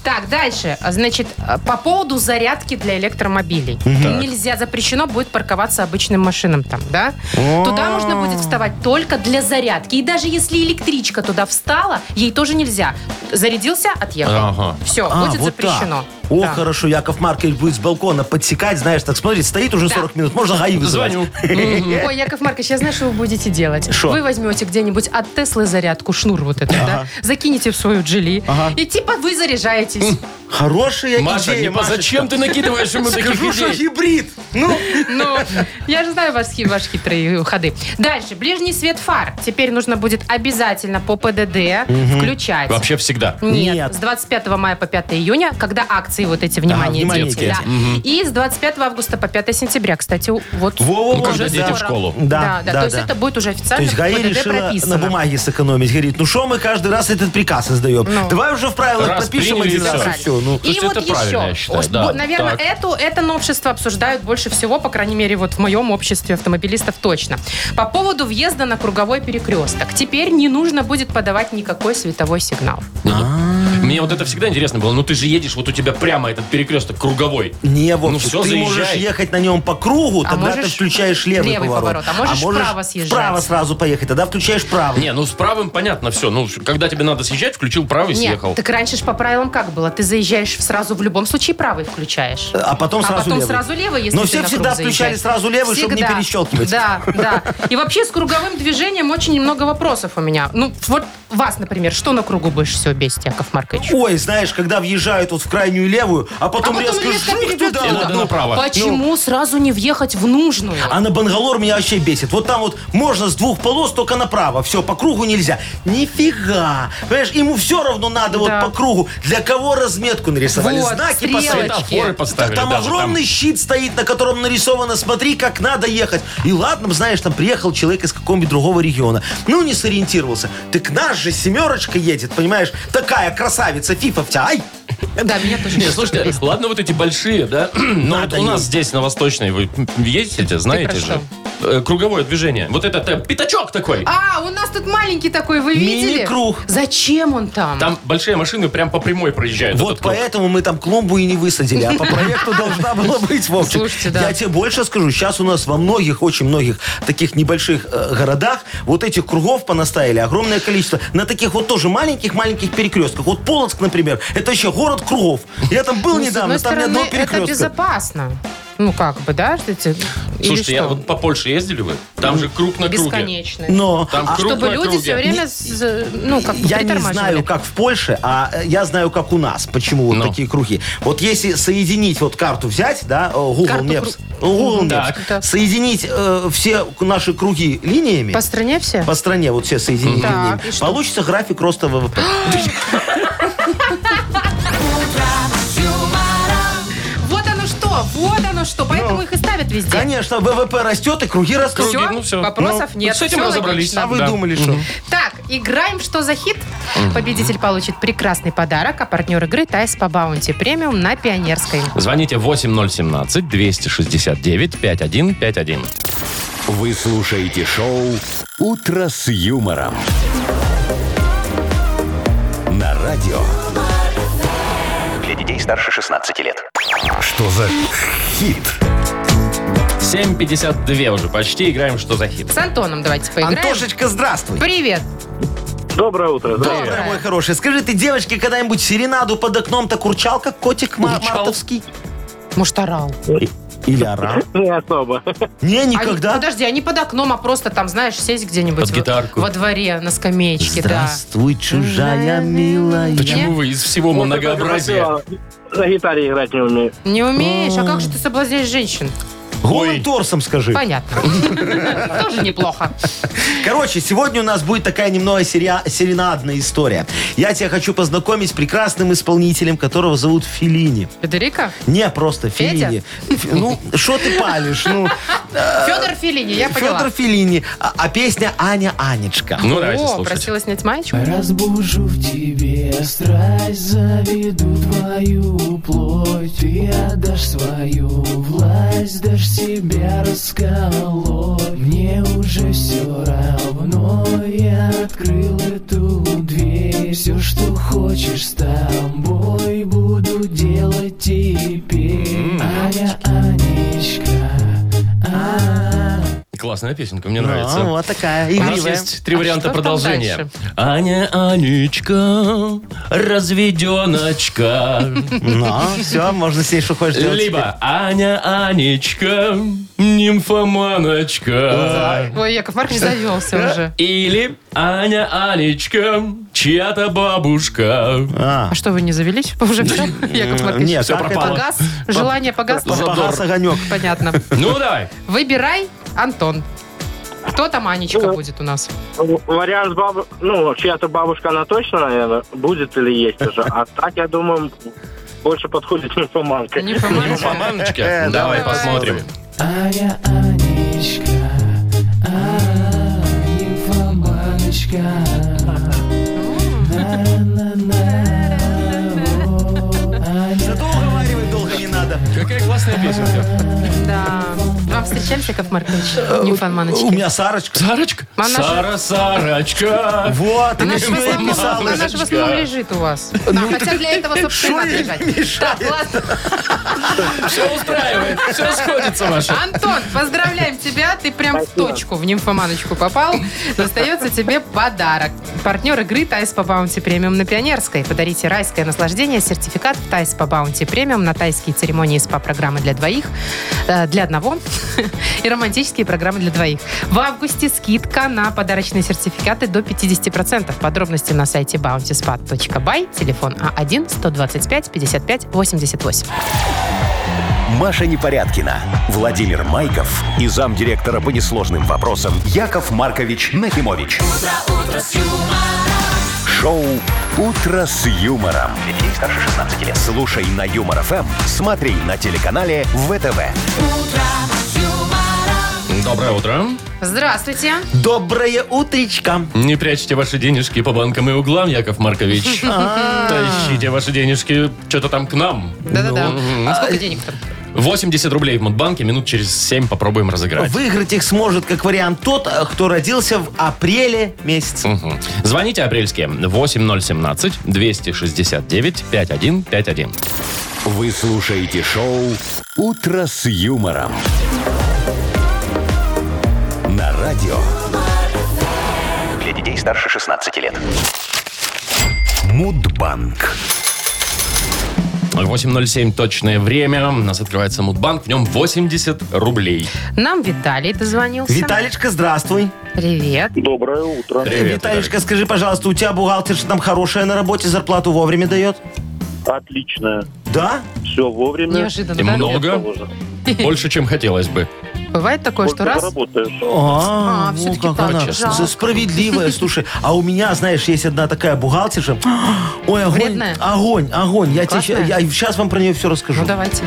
Speaker 3: Так, дальше. А, Значит, э, по поводу зарядки для электромобилей. Нельзя, запрещено будет парковаться обычным машинам там, да? Туда можно будет вставать только для зарядки. И даже если электричка туда встала, ей тоже нельзя. Зарядился, отъехал.
Speaker 2: Ага.
Speaker 3: Все,
Speaker 4: А,
Speaker 3: будет
Speaker 4: вот так.
Speaker 3: запрещено.
Speaker 4: О,
Speaker 3: Да.
Speaker 4: хорошо, Яков Маркович будет с балкона подсекать, знаешь, так смотрит, стоит уже 40 минут, можно ГАИ вызывать.
Speaker 2: Звоню.
Speaker 3: Ой, Яков Маркович, я знаю, что вы будете делать.
Speaker 4: Э. Шо?
Speaker 3: Вы возьмете где-нибудь от Теслы зарядку, шнур вот этот, да? Закинете в свою джили. И типа вы заряжаетесь.
Speaker 4: Хорошая
Speaker 2: Маша,
Speaker 4: идея,
Speaker 2: не по-
Speaker 4: Машечка.
Speaker 2: зачем ты накидываешь ему таких
Speaker 4: Скажу, что
Speaker 2: людей?
Speaker 4: гибрид. Ну,
Speaker 3: Ну, я же знаю ваши, хи- ваши хитрые ходы. Дальше. Ближний свет фар. Теперь нужно будет обязательно по ПДД включать.
Speaker 2: Вообще всегда.
Speaker 3: Нет.
Speaker 4: Нет.
Speaker 3: с 25 мая по 5 июня, когда акции вот эти, внимание,
Speaker 4: внимание,
Speaker 3: детские,
Speaker 4: дети.
Speaker 3: да. И с 25 августа по 5 сентября, кстати, у- вот
Speaker 4: Во-во-во,
Speaker 2: Ну, когда
Speaker 3: уже
Speaker 2: дети в
Speaker 3: скоро.
Speaker 2: школу.
Speaker 3: Да, да, то есть это будет уже
Speaker 4: То
Speaker 3: официально
Speaker 4: есть
Speaker 3: в
Speaker 4: ГАИ
Speaker 3: ПДД
Speaker 4: решила
Speaker 3: прописано.
Speaker 4: на бумаге сэкономить. Говорит, ну что мы каждый раз этот приказ издаем?
Speaker 3: Ну.
Speaker 4: Давай уже в правилах
Speaker 2: Раз
Speaker 4: пропишем
Speaker 2: приняли,
Speaker 4: один раз и
Speaker 2: всё.
Speaker 4: все. Ну,
Speaker 2: То есть это правильно, я считаю,
Speaker 3: Ось-
Speaker 2: да.
Speaker 3: бо- наверное,
Speaker 2: Так.
Speaker 3: эту, это новшество обсуждают больше всего, по крайней мере, вот в моем обществе автомобилистов точно. По поводу въезда на круговой перекресток. Теперь не нужно будет подавать никакой световой сигнал.
Speaker 2: Мне вот это всегда интересно было. Ну ты же едешь, вот у тебя прямо этот перекресток круговой.
Speaker 4: Не, Вовчик,
Speaker 2: Ну, всё,
Speaker 4: ты
Speaker 2: заезжай.
Speaker 4: можешь ехать на нем по кругу,
Speaker 3: А
Speaker 4: тогда ты
Speaker 3: можешь
Speaker 4: включаешь левый,
Speaker 3: левый поворот,
Speaker 4: поворот.
Speaker 3: а можешь вправо съезжать.
Speaker 4: Вправо сразу поехать, тогда включаешь правый.
Speaker 2: Не, ну с правым понятно все. Ну, когда тебе надо съезжать, включил правый,
Speaker 3: Нет,
Speaker 2: съехал.
Speaker 3: так раньше ж по правилам как было? Ты заезжаешь в- сразу в любом случае правый включаешь.
Speaker 4: А потом
Speaker 3: а
Speaker 4: сразу
Speaker 3: потом
Speaker 4: левый.
Speaker 3: сразу левый, если
Speaker 4: Но
Speaker 3: ты
Speaker 4: все
Speaker 3: на
Speaker 4: всегда
Speaker 3: круг
Speaker 4: включали
Speaker 3: заезжаешь.
Speaker 4: сразу левый, чтобы не
Speaker 3: Всегда.
Speaker 4: перещелкивать.
Speaker 3: Да, да. И вообще с круговым движением очень много вопросов у меня. Ну, вот вас, например, что на кругу больше всего бесит, Яков Маркович?
Speaker 4: Ой, знаешь, когда въезжают вот в крайнюю левую, а потом, резко, жух
Speaker 3: перебежал.
Speaker 4: туда.
Speaker 2: И надо
Speaker 4: вот, ну.
Speaker 2: направо.
Speaker 3: Почему сразу не въехать в нужную?
Speaker 4: А на Бангалор меня вообще бесит. Вот там вот можно с двух полос только направо. Все, по кругу нельзя. Нифига. Понимаешь, ему все равно надо
Speaker 3: Да.
Speaker 4: вот по кругу. Для кого разметку нарисовали?
Speaker 3: Вот,
Speaker 4: Знаки
Speaker 3: стрелочки.
Speaker 4: поставили.
Speaker 2: Светофоры поставили.
Speaker 4: Там
Speaker 2: даже,
Speaker 4: огромный щит стоит, на котором нарисовано «Смотри, как надо ехать». И ладно, б, знаешь, там приехал человек из какого-нибудь другого региона. Ну, не сориентировался. Так наш же семерочка едет, понимаешь? Такая красавица, фифа в тебя. Ай!
Speaker 3: Да, меня тоже.
Speaker 2: Не, слушайте, ладно вот эти большие, да? Но вот
Speaker 4: Надо
Speaker 2: у нас
Speaker 4: им.
Speaker 2: здесь на Восточной, вы ездите, знаете
Speaker 3: про
Speaker 2: же. Э, Круговое движение. Вот этот э, пятачок такой.
Speaker 3: А, у нас тут маленький такой, вы видели?
Speaker 4: Мини-круг.
Speaker 3: Зачем он там?
Speaker 2: Там большие машины прям по прямой проезжают.
Speaker 4: Вот
Speaker 2: этот круг.
Speaker 4: поэтому мы там клумбу и не высадили, а по проекту должна была быть, Вовчик.
Speaker 3: Слушайте, да.
Speaker 4: Я тебе больше скажу, сейчас у нас во многих, очень многих таких небольших э, городах вот этих кругов понаставили огромное количество. На таких вот тоже маленьких-маленьких перекрестках. Вот Полоцк, например, это еще город кругов. Я там был
Speaker 3: Ну, с
Speaker 4: недавно,
Speaker 3: одной
Speaker 4: там ни одного
Speaker 3: стороны, это
Speaker 4: перекрестка.
Speaker 3: безопасно. Ну, как бы, да? что эти- или
Speaker 2: Слушайте, я
Speaker 3: что?
Speaker 2: вот по Польше ездили вы? Там же круг на круге.
Speaker 3: Бесконечное.
Speaker 4: Но
Speaker 2: Там
Speaker 4: а
Speaker 2: круг
Speaker 3: Чтобы
Speaker 2: на
Speaker 3: люди
Speaker 2: круге.
Speaker 3: все время, с- ну, как бы
Speaker 4: Я не
Speaker 3: притормаживали.
Speaker 4: знаю, как в Польше, а э, я знаю, как у нас. Почему вот
Speaker 2: Ну.
Speaker 4: такие круги? Вот если соединить, вот карту взять, да, э, Google
Speaker 3: Карту
Speaker 4: Maps, э,
Speaker 3: кру-
Speaker 4: Google
Speaker 2: Так.
Speaker 4: Maps,
Speaker 3: Так.
Speaker 4: соединить э, все наши круги линиями
Speaker 3: По стране все?
Speaker 4: по стране, вот все соединить
Speaker 3: Так,
Speaker 4: линиями,
Speaker 3: и что?
Speaker 4: получится график роста ВВП.
Speaker 3: Вот оно что, вот оно что.
Speaker 4: Ну,
Speaker 3: Поэтому их и ставят везде.
Speaker 4: Конечно, ВВП растет и круги растут.
Speaker 2: Круги,
Speaker 3: Всё?
Speaker 2: ну всё.
Speaker 3: Вопросов
Speaker 2: Ну,
Speaker 3: нет.
Speaker 2: с этим
Speaker 3: Всё
Speaker 2: разобрались.
Speaker 3: логично.
Speaker 4: А вы
Speaker 2: Да.
Speaker 4: думали, что?
Speaker 3: Так, играем «Что за хит?». Победитель получит прекрасный подарок, а партнер игры «Тайс по баунти премиум» на Пионерской.
Speaker 2: Звоните 8017 269 5151.
Speaker 1: Вы слушаете шоу «Утро с юмором». На радио.
Speaker 5: Для детей старше 16 лет.
Speaker 1: Что за хит?
Speaker 2: 7.52 уже почти. Играем «Что за хит?».
Speaker 3: С Антоном давайте поиграем.
Speaker 4: Антошечка, здравствуй.
Speaker 3: Привет.
Speaker 7: Доброе утро.
Speaker 4: Доброе, мой хороший. Скажи, ты девочке когда-нибудь серенаду под окном-то курчал, как котик ма-
Speaker 2: Курчал?
Speaker 4: мартовский?
Speaker 3: Может, орал.
Speaker 4: Или орал?
Speaker 7: Не особо.
Speaker 4: Не,
Speaker 3: Они-
Speaker 4: никогда.
Speaker 3: ну, подожди, они под окном, а просто там, знаешь, сесть где-нибудь
Speaker 2: Под
Speaker 3: во-
Speaker 2: гитарку.
Speaker 3: во дворе на скамеечке, да.
Speaker 4: Здравствуй, чужая милая.
Speaker 2: Почему вы из всего многообразия?
Speaker 7: На гитаре играть не умею.
Speaker 3: Не умеешь? А как же ты соблазняешь женщин?
Speaker 4: Голым торсом скажи.
Speaker 3: Понятно. Тоже неплохо.
Speaker 4: Короче, сегодня у нас будет такая немного серия- серенадная история. Я тебя хочу познакомить с прекрасным исполнителем, которого зовут Филини.
Speaker 3: Федерика?
Speaker 4: Не просто
Speaker 3: Федя?
Speaker 4: Филини. Ну, что ты палишь? Ну,
Speaker 3: Э, Федор Филини, я
Speaker 4: Федор
Speaker 3: поняла.
Speaker 4: Филини. А а песня «Аня, Анечка».
Speaker 2: Ну, давайте
Speaker 3: О,
Speaker 2: слушать.
Speaker 3: просила снять маечку.
Speaker 6: Разбужу в тебе страсть, заведу твою плоть Ты отдашь свою власть, дашь себя расколоть Мне уже все равно, я открыл эту дверь Все, что хочешь с тобой, буду делать теперь Аня, Анечка, а
Speaker 2: Классная песенка, мне
Speaker 4: А,
Speaker 2: нравится.
Speaker 4: вот такая,
Speaker 2: У нас
Speaker 4: игривая.
Speaker 2: есть три
Speaker 3: Ну, А
Speaker 2: варианта
Speaker 3: что там
Speaker 2: продолжения.
Speaker 3: дальше?
Speaker 2: Аня, Анечка, разведеночка.
Speaker 4: Ну, все, можно с ней что хочешь делать.
Speaker 2: Либо Аня, Анечка, нимфоманочка.
Speaker 3: Ой, Яков Маркович завелся уже.
Speaker 2: Или Аня, Анечка, чья-то бабушка.
Speaker 4: А.
Speaker 3: А что, вы не завелись уже Э, вчера, Яков Маркович?
Speaker 4: Нет, так это-
Speaker 2: пропало.
Speaker 3: Погас? Желание погасло?
Speaker 2: Задор.
Speaker 4: Погас огонек.
Speaker 3: Понятно.
Speaker 2: Ну, давай.
Speaker 3: Выбирай, Антон. Кто там Анечка будет у нас?
Speaker 7: Вариант бабу... Ну, чья-то бабушка, она точно, наверное, будет или есть уже. А так, я думаю, больше подходит нимфоманка.
Speaker 3: Не помогу.
Speaker 2: Нимфоманочка. Давай
Speaker 3: Э, давай.
Speaker 2: посмотрим.
Speaker 6: Аня, Анечка, а, нимфоманочка. На-на-на, о, Аня,
Speaker 4: Долго варивать долго не надо.
Speaker 2: Какая классная песенка.
Speaker 3: Да. Вам встречаемся, Яков Маркович?
Speaker 4: У
Speaker 3: Нимфоманочки.
Speaker 4: меня Сарочка.
Speaker 2: Сарочка?
Speaker 3: Она же-
Speaker 2: Сара, Сарочка.
Speaker 4: Вот,
Speaker 3: Она же в
Speaker 4: мне
Speaker 3: основном,
Speaker 4: написала.
Speaker 3: она же в основном лежит у вас. Да, хотя для этого, собственно, и надо лежать. Так, ладно.
Speaker 2: Все устраивает, все сходится ваше.
Speaker 3: Антон, поздравляем тебя. Ты прям в точку в нимфоманочку попал. Достается тебе подарок. Партнер игры «Тайс по баунти премиум» на Пионерской. Подарите райское наслаждение, сертификат в «Тайс по баунти премиум» на тайские церемонии СПА-программы для двоих, э, для одного и романтические программы для двоих. В августе скидка на подарочные сертификаты до 50%. Подробности на сайте bountyspa.by, телефон А А1-125-55-88.
Speaker 1: Маша Непорядкина, Владимир Майков и замдиректора по несложным вопросам Яков Маркович Нахимович. Шоу Утро с юмором.
Speaker 5: Для детей старше 16 лет.
Speaker 1: Слушай на юмор ФМ, смотри на телеканале ВТВ.
Speaker 2: Доброе утро.
Speaker 3: Здравствуйте.
Speaker 4: Доброе утречко.
Speaker 2: Не прячьте ваши денежки по банкам и углам, Яков Маркович. Тащите ваши денежки что-то там к нам.
Speaker 3: Да-да-да. А сколько денег там?
Speaker 2: 80 рублей в Мудбанке, минут через 7 попробуем разыграть.
Speaker 4: Выиграть их сможет, как вариант, тот, э, кто родился в апреле месяце.
Speaker 2: Мгм. Звоните апрельские 8017-269-5151.
Speaker 1: Вы слушаете шоу Утро с юмором. На радио
Speaker 5: Для детей старше 16 лет.
Speaker 1: Мудбанк.
Speaker 2: 8.07 точное время. У нас открывается Мудбанк. В нем 80 рублей.
Speaker 3: Нам Виталий дозвонился.
Speaker 4: Виталичка, здравствуй.
Speaker 3: Привет.
Speaker 7: Доброе утро.
Speaker 2: Привет,
Speaker 4: Виталичка, скажи, пожалуйста, у тебя бухгалтерша там хорошая на работе, зарплату вовремя дает?
Speaker 7: Отлично.
Speaker 4: Да?
Speaker 7: Все вовремя.
Speaker 3: Неожиданно,
Speaker 2: И
Speaker 3: да?
Speaker 2: много.
Speaker 7: Положено.
Speaker 2: Больше, чем хотелось бы.
Speaker 3: Бывает такое,
Speaker 7: Сколько
Speaker 3: что раз...
Speaker 7: заработаешь?
Speaker 3: А,
Speaker 4: А, вот
Speaker 3: всё-таки
Speaker 4: как
Speaker 3: так,
Speaker 4: она
Speaker 3: жалко.
Speaker 4: справедливая, слушай. А у меня, знаешь, есть одна такая бухгалтерша. Ой, огонь,
Speaker 3: Вредная?
Speaker 4: огонь, огонь. Я, тебе,
Speaker 3: Классная?
Speaker 4: сейчас вам про нее все расскажу.
Speaker 3: Ну, давайте.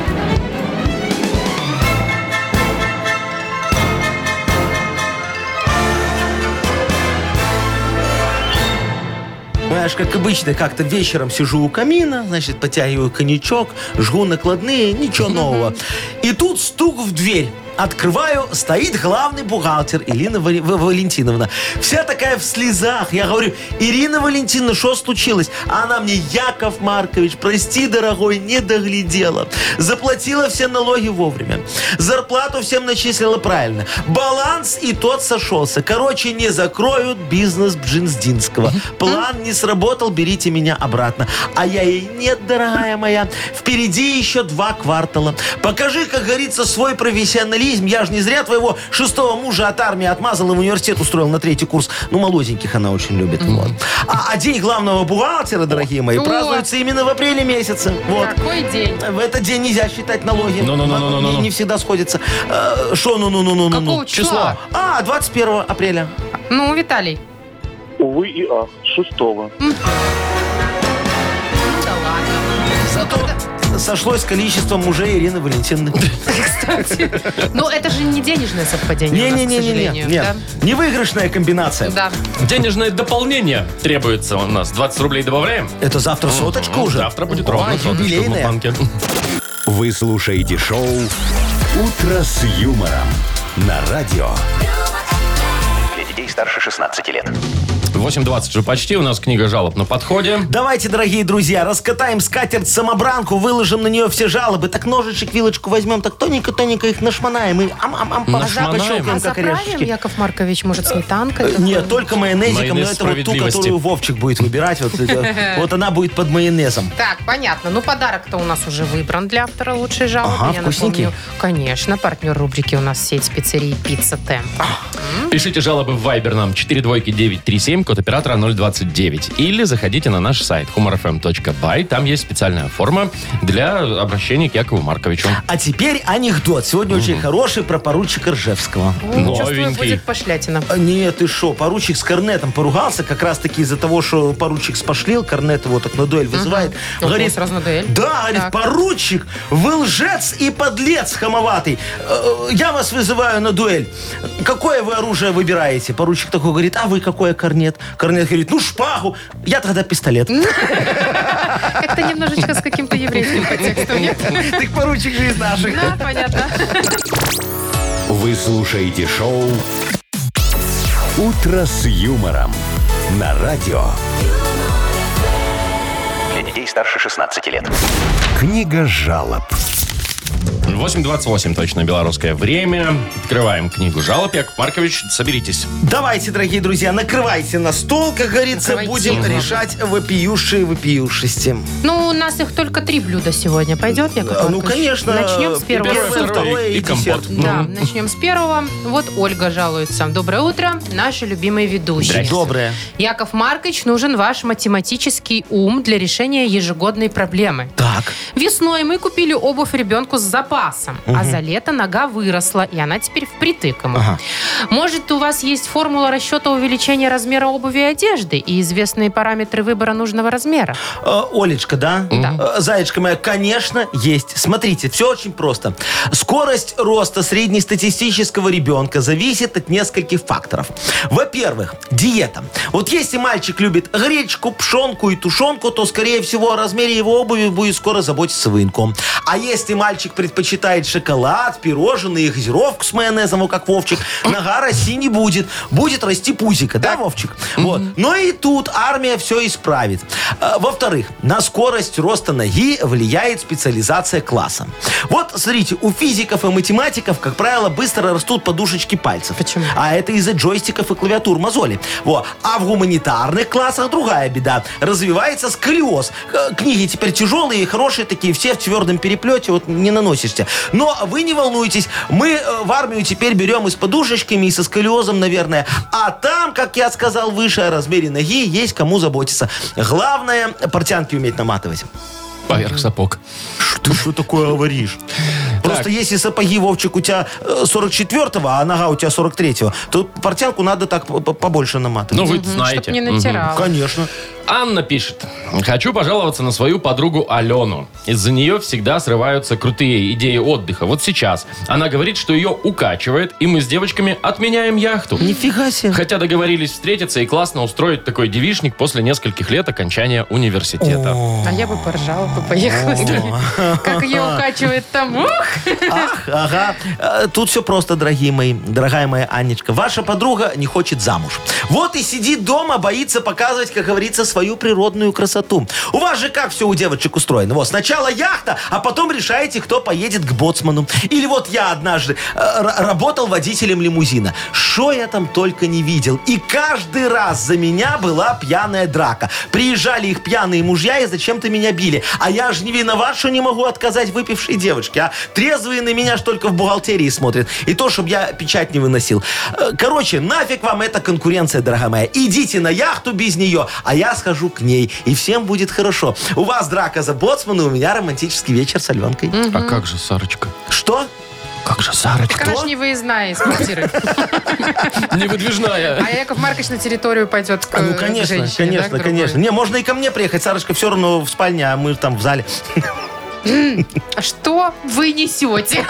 Speaker 4: Знаешь, как обычно, как-то вечером сижу у камина, значит, потягиваю коньячок, жгу накладные, ничего нового. И тут стук в дверь. Открываю, стоит главный бухгалтер Ирина Вали- Ва- Валентиновна. Вся такая в слезах. Я говорю, Ирина Валентиновна, что случилось? А Она мне, Яков Маркович, прости, дорогой, не доглядела. Заплатила все налоги вовремя. Зарплату всем начислила правильно. Баланс и тот сошелся. Короче, не закроют бизнес Бжинздинского. План не сработал, берите меня обратно. А я ей, нет, дорогая моя, впереди еще два квартала. Покажи, как говорится, свой профессионализм. Я же не зря твоего шестого мужа от армии отмазал и в университет устроил на третий курс. Ну, молоденьких она очень любит. Вот. А, а день главного бухгалтера, дорогие мои,
Speaker 3: О.
Speaker 4: празднуется именно в апреле месяце. Вот.
Speaker 3: Какой день?
Speaker 4: В этот день нельзя считать налоги.
Speaker 2: Ну, Ну-ну-ну-ну-ну-ну.
Speaker 4: Не- Не всегда сходится. Э, Шо, ну-ну-ну-ну-ну-ну.
Speaker 3: Какого числа?
Speaker 4: ну. А, 21 апреля.
Speaker 3: Ну, Виталий.
Speaker 8: Увы и ах, шестого.
Speaker 3: Ну да ладно.
Speaker 4: Зато сошлось количество мужей Ирины Валентиновны.
Speaker 3: Кстати. Ну, это же не денежное совпадение у нас, к
Speaker 4: Не-не-не-не-не.
Speaker 3: сожалению.
Speaker 4: Нет. Невыигрышная комбинация.
Speaker 3: Да. Да.
Speaker 2: Денежное дополнение требуется у нас. 20 рублей добавляем.
Speaker 4: Это завтра соточка
Speaker 2: Ну,
Speaker 4: уже.
Speaker 2: Завтра будет
Speaker 4: О,
Speaker 2: ровно соточка в
Speaker 4: юбилейная.
Speaker 2: банке.
Speaker 1: Вы слушаете шоу «Утро с юмором» на радио.
Speaker 5: Для детей старше 16 лет.
Speaker 2: 8.20 же почти. У нас книга жалоб на подходе.
Speaker 4: Давайте, дорогие друзья, раскатаем скатерть самобранку, выложим на нее все жалобы, так ножичек, вилочку возьмем, так тоненько-тоненько их нашманаем и ам-ам-ам по
Speaker 2: Нашманаем?
Speaker 4: пощелкаем,
Speaker 3: А
Speaker 4: как
Speaker 3: заправим,
Speaker 4: орешечки.
Speaker 3: Яков Маркович, может, сметанкой?
Speaker 4: Э, Нет, только майонезиком,
Speaker 2: Майонез
Speaker 4: но это вот ту,
Speaker 2: справедливости.
Speaker 4: которую Вовчик будет выбирать. Вот, это- вот она будет под майонезом.
Speaker 3: Так, понятно. Ну, подарок-то у нас уже выбран для автора лучшей жалобы.
Speaker 4: Ага,
Speaker 3: Я
Speaker 4: вкусненький.
Speaker 3: напомню, конечно, партнер рубрики у нас сеть пиццерии «Пицца Темпа».
Speaker 2: Пишите жалобы в Viber нам 42937, код оператора 029. Или заходите на наш сайт humorfm.by. Там есть специальная форма для обращения к Якову Марковичу.
Speaker 4: А теперь анекдот. Сегодня очень хороший про поручика Ржевского.
Speaker 3: Ну, Чувствую,
Speaker 2: Новенький.
Speaker 3: будет пошлятина.
Speaker 4: А, Нет, ты шо, поручик с корнетом поругался, как раз таки из-за того, что поручик спошлил, корнет его так на дуэль вызывает.
Speaker 3: Ну, он сразу на дуэль.
Speaker 4: Да, говорит,
Speaker 3: Так.
Speaker 4: поручик, вы лжец и подлец хамоватый. Э, Я вас вызываю на дуэль. Какое вы оружие выбираете? Поручик такой говорит, а вы какое корнет? Корнет говорит, ну шпагу. Я тогда пистолет.
Speaker 3: Как-то немножечко с каким-то еврейским подтекстом, нет?
Speaker 4: Так поручик же из наших.
Speaker 3: Да, понятно.
Speaker 1: Вы слушаете шоу «Утро с юмором» на радио.
Speaker 5: Для детей старше 16 лет.
Speaker 1: Книга жалоб.
Speaker 2: 8.28 точно белорусское время. Открываем книгу жалоб. Яков Маркович, соберитесь.
Speaker 4: Давайте, дорогие друзья, накрывайте на стол, как говорится,
Speaker 3: Накрывайте.
Speaker 4: будем решать вопиюшие вопиюшести.
Speaker 3: Ну, у нас их только три блюда сегодня. Пойдет, Яков
Speaker 4: А, ну,
Speaker 3: Маркович?
Speaker 4: конечно.
Speaker 3: Начнем с первого.
Speaker 2: Первое,
Speaker 4: Первое,
Speaker 2: второе
Speaker 4: второе
Speaker 2: и
Speaker 4: и
Speaker 2: компот.
Speaker 4: десерт.
Speaker 3: Да, начнем с первого. Вот Ольга жалуется. Доброе утро, наши любимые ведущие.
Speaker 4: Доброе.
Speaker 3: Яков Маркович, нужен ваш математический ум для решения ежегодной проблемы.
Speaker 4: Так.
Speaker 3: Весной мы купили обувь ребенку с запасом, а за лето нога выросла, и она теперь впритык ему.
Speaker 4: Ага.
Speaker 3: Может, у вас есть формула расчета увеличения размера обуви и одежды и известные параметры выбора нужного размера?
Speaker 4: Э, Олечка, да? Э, Зайчка моя, конечно, есть. Смотрите, все очень просто. Скорость роста среднестатистического ребенка зависит от нескольких факторов. Во-первых, диета. Вот если мальчик любит гречку, пшенку и тушенку, то, скорее всего, о размере его обуви будет скоро заботиться военком. А если мальчик предпочитает шоколад, пирожные и газировку с майонезом, вот как Вовчик, нога расти не будет. Будет расти пузико, да, Вовчик? Вот. Но и тут армия все исправит. А, Во-вторых, на скорость роста ноги влияет специализация класса. Вот, смотрите, у физиков и математиков, как правило, быстро растут подушечки пальцев.
Speaker 3: Почему?
Speaker 4: А это из-за джойстиков и клавиатур мозоли. Во. А в гуманитарных классах другая беда. Развивается сколиоз. Э, Книги теперь тяжелые и хорошие такие, все в твердом переплете, вот не наносишься. Но вы не волнуйтесь, мы э, в армию теперь берем и с подушечками, и со сколиозом, наверное. А там, как я сказал выше, о размере ноги есть кому заботиться. Главное, портянки уметь наматывать.
Speaker 2: Поверх сапог.
Speaker 4: Ты что такое говоришь? Просто если сапоги, Вовчик, у тебя э, 44-го, а нога у тебя 43-го, то портянку надо так по- по- побольше наматывать.
Speaker 2: Ну, вы знаете.
Speaker 3: Чтобы не
Speaker 2: Мгм.
Speaker 3: натирал.
Speaker 4: Конечно.
Speaker 2: Анна пишет. Хочу пожаловаться на свою подругу Алену. Из-за нее всегда срываются крутые идеи отдыха. Вот сейчас. Она говорит, что ее укачивает, и мы с девочками отменяем яхту.
Speaker 4: Нифига себе.
Speaker 2: Хотя договорились встретиться и классно устроить такой девишник после нескольких лет окончания университета.
Speaker 3: А я бы поржала, бы поехала с ними. Как ее укачивает там. Ух!
Speaker 4: Ах, ага. Э, Тут все просто, дорогие мои, дорогая моя Анечка. Ваша подруга не хочет замуж. Вот и сидит дома, боится показывать, как говорится, свою природную красоту. У вас же как все у девочек устроено? Вот сначала яхта, а потом решаете, кто поедет к боцману. Или вот я однажды э, р- работал водителем лимузина. Что я там только не видел. И каждый раз за меня была пьяная драка. Приезжали их пьяные мужья и зачем-то меня били. А я же не виноват, что не могу отказать выпившей девочке. А трезвые на меня ж только в бухгалтерии смотрят. И то, чтобы я печать не выносил. Э, Короче, нафиг вам эта конкуренция, дорогая моя. Идите на яхту без нее, а я схожу к ней. И всем будет хорошо. У вас драка за боцмана, у меня романтический вечер с Аленкой.
Speaker 2: А как же Сарочка?
Speaker 4: Что?
Speaker 2: Как же Сарочка?
Speaker 3: Она же не выездная из квартиры.
Speaker 2: Невыдвижная.
Speaker 3: А Яков Маркович на территорию пойдет к
Speaker 4: А, ну,
Speaker 3: э, к
Speaker 4: конечно,
Speaker 3: женщине, да, к
Speaker 4: конечно,
Speaker 3: другой.
Speaker 4: конечно. Не, можно и ко мне приехать. Сарочка все равно в спальне, а мы там в зале.
Speaker 3: А Что вы несете?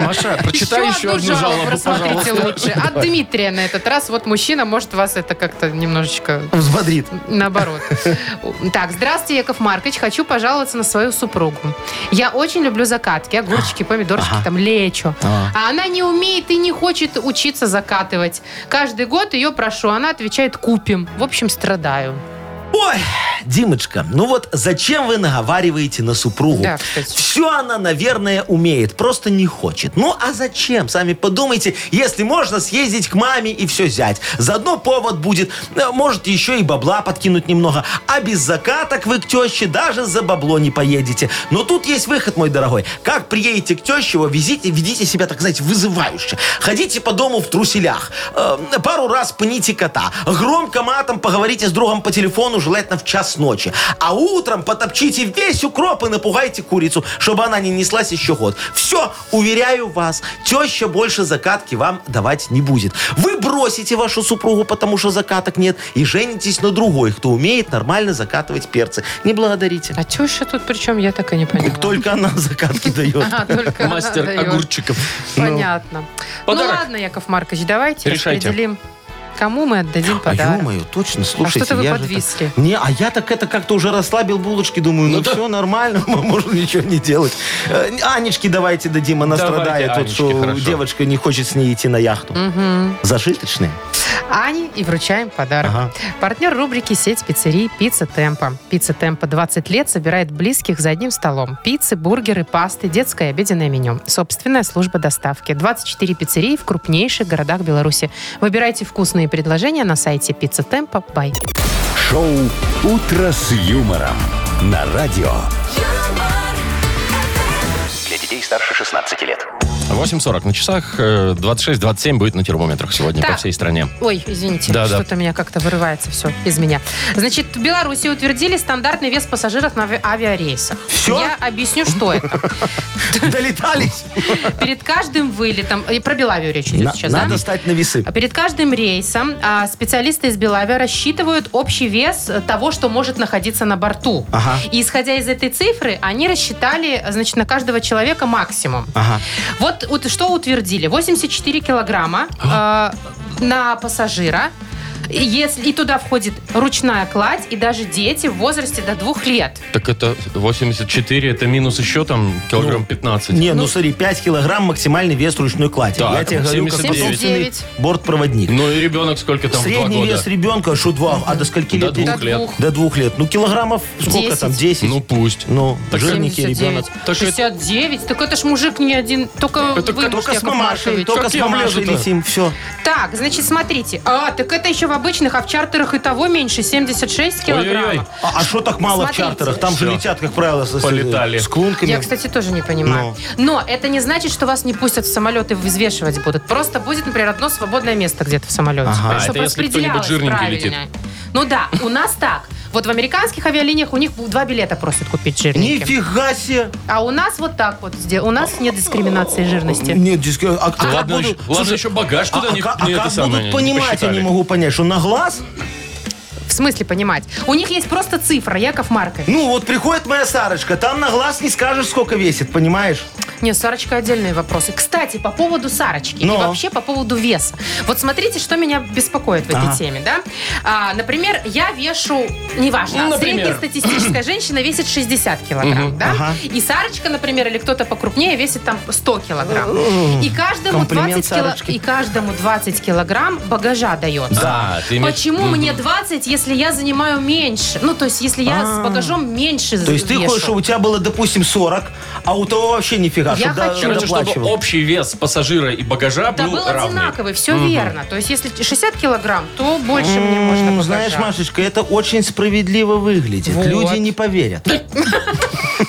Speaker 2: Маша, прочитай еще одну жалобу,
Speaker 3: просмотрите
Speaker 2: пожалуйста.
Speaker 3: лучше. От Дмитрия на этот раз. Вот мужчина, может, вас это как-то немножечко
Speaker 4: Взбодрит.
Speaker 3: Наоборот. Так, здравствуйте, Яков Маркович. Хочу пожаловаться на свою супругу. Я очень люблю закатки, огурчики, помидорчики, там, лечо. А она не умеет и не хочет учиться закатывать. Каждый год ее прошу, она отвечает «купим». В общем, страдаю.
Speaker 4: Ой, Димочка, ну вот зачем вы наговариваете на супругу?
Speaker 3: Да, кстати.
Speaker 4: Все она, наверное, умеет, просто не хочет. Ну а зачем? Сами подумайте, если можно съездить к маме и все взять. Заодно повод будет, э, может еще и бабла подкинуть немного. А без закаток вы к теще даже за бабло не поедете. Но тут есть выход, мой дорогой. Как приедете к теще, его везите, ведите себя, так знаете, вызывающе. Ходите по дому в труселях. Э, Пару раз пните кота. Громко матом поговорите с другом по телефону, желательно в час ночи. А утром потопчите весь укроп и напугайте курицу, чтобы она не неслась еще год. Все, уверяю вас, теща больше закатки вам давать не будет. Вы бросите вашу супругу, потому что закаток нет, и женитесь на другой, кто умеет нормально закатывать перцы. Не благодарите.
Speaker 3: А теща тут при чем? Я так и не поняла.
Speaker 4: Только она закатки дает.
Speaker 3: Ага, только она
Speaker 2: Мастер
Speaker 3: дает.
Speaker 2: огурчиков.
Speaker 3: Понятно. Ну
Speaker 2: Подарок.
Speaker 3: ладно, Яков Маркович, давайте
Speaker 2: Решайте.
Speaker 3: определим, кому мы отдадим
Speaker 4: А
Speaker 3: подарок.
Speaker 4: ё-моё, точно, слушайте.
Speaker 3: что-то вы
Speaker 4: я же
Speaker 3: подвисли.
Speaker 4: так- Не, а я так это как-то уже расслабил булочки, думаю, ну,
Speaker 2: Ну да.
Speaker 4: все нормально, можно ничего не делать. Э, Анечке давайте дадим, она
Speaker 2: Давайте
Speaker 4: страдает, вот,
Speaker 2: Анечке,
Speaker 4: что
Speaker 2: хорошо.
Speaker 4: девочка не хочет с ней идти на яхту. Зажиточные.
Speaker 3: Ане и вручаем подарок.
Speaker 4: Ага.
Speaker 3: Партнер рубрики «Сеть пиццерий Пицца Темпа». Пицца Темпа 20 лет собирает близких за одним столом. Пиццы, бургеры, пасты, детское и обеденное меню. Собственная служба доставки. 24 пиццерии в крупнейших городах Беларуси. Выбирайте вкусные предложения на сайте «Пицца Темпа». Бай.
Speaker 1: Шоу «Утро с юмором» на радио.
Speaker 5: Для детей старше 16 лет.
Speaker 2: 8.40 на часах, э, 26-27 будет на термометрах сегодня по
Speaker 3: Так.
Speaker 2: всей стране.
Speaker 3: Ой, извините,
Speaker 2: Да-да.
Speaker 3: что-то меня как-то вырывается все из меня. Значит, в Беларуси утвердили стандартный вес пассажиров на ави- авиарейсах.
Speaker 4: Всё?
Speaker 3: Я объясню, что это.
Speaker 4: Долетались.
Speaker 3: Перед каждым вылетом, и про Белавию речь идет
Speaker 4: На-
Speaker 3: сейчас, да?
Speaker 4: Надо стать на весы.
Speaker 3: А Перед каждым рейсом а, специалисты из Белавия рассчитывают общий вес э, того, что может находиться на борту.
Speaker 4: Ага.
Speaker 3: И исходя из этой цифры, они рассчитали, значит, на каждого человека максимум.
Speaker 4: Ага.
Speaker 3: Вот ут- что утвердили? 84 килограмма
Speaker 4: А?
Speaker 3: э, на пассажира. И Если, и туда входит ручная кладь и даже дети в возрасте до двух лет.
Speaker 2: Так это 84, это минус еще там килограмм 15.
Speaker 4: Не, ну, смотри, 5 килограмм максимальный вес ручной клади.
Speaker 2: Так,
Speaker 4: Я тебе говорю, как
Speaker 2: 79.
Speaker 4: собственный бортпроводник.
Speaker 2: Ну и ребенок сколько там в два
Speaker 4: Средний
Speaker 2: года?
Speaker 4: вес ребенка, что два, а до скольки
Speaker 2: До
Speaker 4: лет?
Speaker 2: двух
Speaker 3: До
Speaker 2: лет.
Speaker 4: До двух лет. Ну, килограммов сколько
Speaker 3: Десять.
Speaker 4: там? 10?
Speaker 2: Ну пусть.
Speaker 4: Ну,
Speaker 2: Так
Speaker 4: жирненький
Speaker 3: 79.
Speaker 4: ребенок.
Speaker 2: Так
Speaker 3: 69? Так это ж мужик не один, только
Speaker 2: Это
Speaker 3: вы,
Speaker 4: Только с
Speaker 3: Яков
Speaker 4: мамашей,
Speaker 3: Маркович.
Speaker 4: только
Speaker 2: Как
Speaker 4: с
Speaker 2: я
Speaker 4: мамашей
Speaker 2: влезу-то?
Speaker 4: летим, все.
Speaker 3: Так, значит, смотрите. А, так это еще в обычных, а в чартерах и того меньше, 76
Speaker 2: Ой-ой-ой.
Speaker 3: килограммов.
Speaker 4: А что так мало
Speaker 3: Смотрите.
Speaker 4: в чартерах? Там же
Speaker 2: Всё.
Speaker 4: летят, как правило, с,
Speaker 2: Полетали.
Speaker 4: с клунками.
Speaker 3: Я, кстати, тоже не понимаю. Но это не значит, что вас не пустят в самолет и взвешивать будут. Просто будет, например, одно свободное место где-то в самолете.
Speaker 2: А,
Speaker 3: Чтоб
Speaker 2: это если
Speaker 3: распределялось
Speaker 2: кто-нибудь жирненький летит.
Speaker 3: правильно. Ну да, у нас так. Вот в американских авиалиниях у них два билета просят купить жирненьким.
Speaker 4: Нифига себе!
Speaker 3: А у нас вот так вот. сдел- У нас нет дискриминации жирности.
Speaker 4: Нет, диски... а- а как
Speaker 2: Ладно,
Speaker 4: будут-
Speaker 2: еще- ладно,
Speaker 4: Слушай,
Speaker 2: еще багаж
Speaker 4: а-
Speaker 2: туда
Speaker 4: а
Speaker 2: не,
Speaker 4: как-
Speaker 2: не
Speaker 4: а
Speaker 2: это
Speaker 4: как
Speaker 2: самое,
Speaker 4: будут
Speaker 2: не
Speaker 4: понимать, я
Speaker 2: посчитали.
Speaker 4: не могу понять, что на глаз?
Speaker 3: В смысле понимать? У них есть просто цифра, Яков Маркович.
Speaker 4: Ну, вот приходит моя Сарочка, там на глаз не скажешь, сколько весит, понимаешь?
Speaker 3: Нет, Сарочка отдельные вопросы. Кстати, по поводу Сарочки и
Speaker 4: Но.
Speaker 3: вообще по поводу веса. Вот смотрите, что меня беспокоит в этой
Speaker 4: Ага.
Speaker 3: теме, да? А, например, я вешу, неважно,
Speaker 2: Ну, например.
Speaker 3: среднестатистическая женщина весит 60 килограмм,
Speaker 2: Мгм.
Speaker 3: да?
Speaker 4: Ага.
Speaker 3: И Сарочка, например, или кто-то покрупнее весит там 100 килограмм. И каждому,
Speaker 4: комплимент
Speaker 3: 20, кило-
Speaker 4: Сарочке.
Speaker 3: и каждому 20 килограмм багажа дается.
Speaker 2: Да, ты имеешь-
Speaker 3: Почему
Speaker 2: Мгм.
Speaker 3: мне 20, если я занимаю меньше? Ну, то есть, если я с
Speaker 4: А.
Speaker 3: багажом меньше
Speaker 4: То есть ты
Speaker 3: вешу.
Speaker 4: хочешь, чтобы у тебя было, допустим, 40, а у того вообще нифига,
Speaker 3: Я
Speaker 4: чтобы до-
Speaker 3: хочу.
Speaker 2: Короче, чтобы
Speaker 4: доплачивал.
Speaker 2: общий вес пассажира и багажа
Speaker 3: Да
Speaker 4: Ну,
Speaker 2: был,
Speaker 3: был
Speaker 2: равный.
Speaker 3: одинаковый, все верно. То есть, если 60 килограмм, то больше мне можно
Speaker 4: М,
Speaker 3: багажа.
Speaker 4: Знаешь, Машечка, это очень справедливо выглядит.
Speaker 3: Вот.
Speaker 4: Люди не поверят.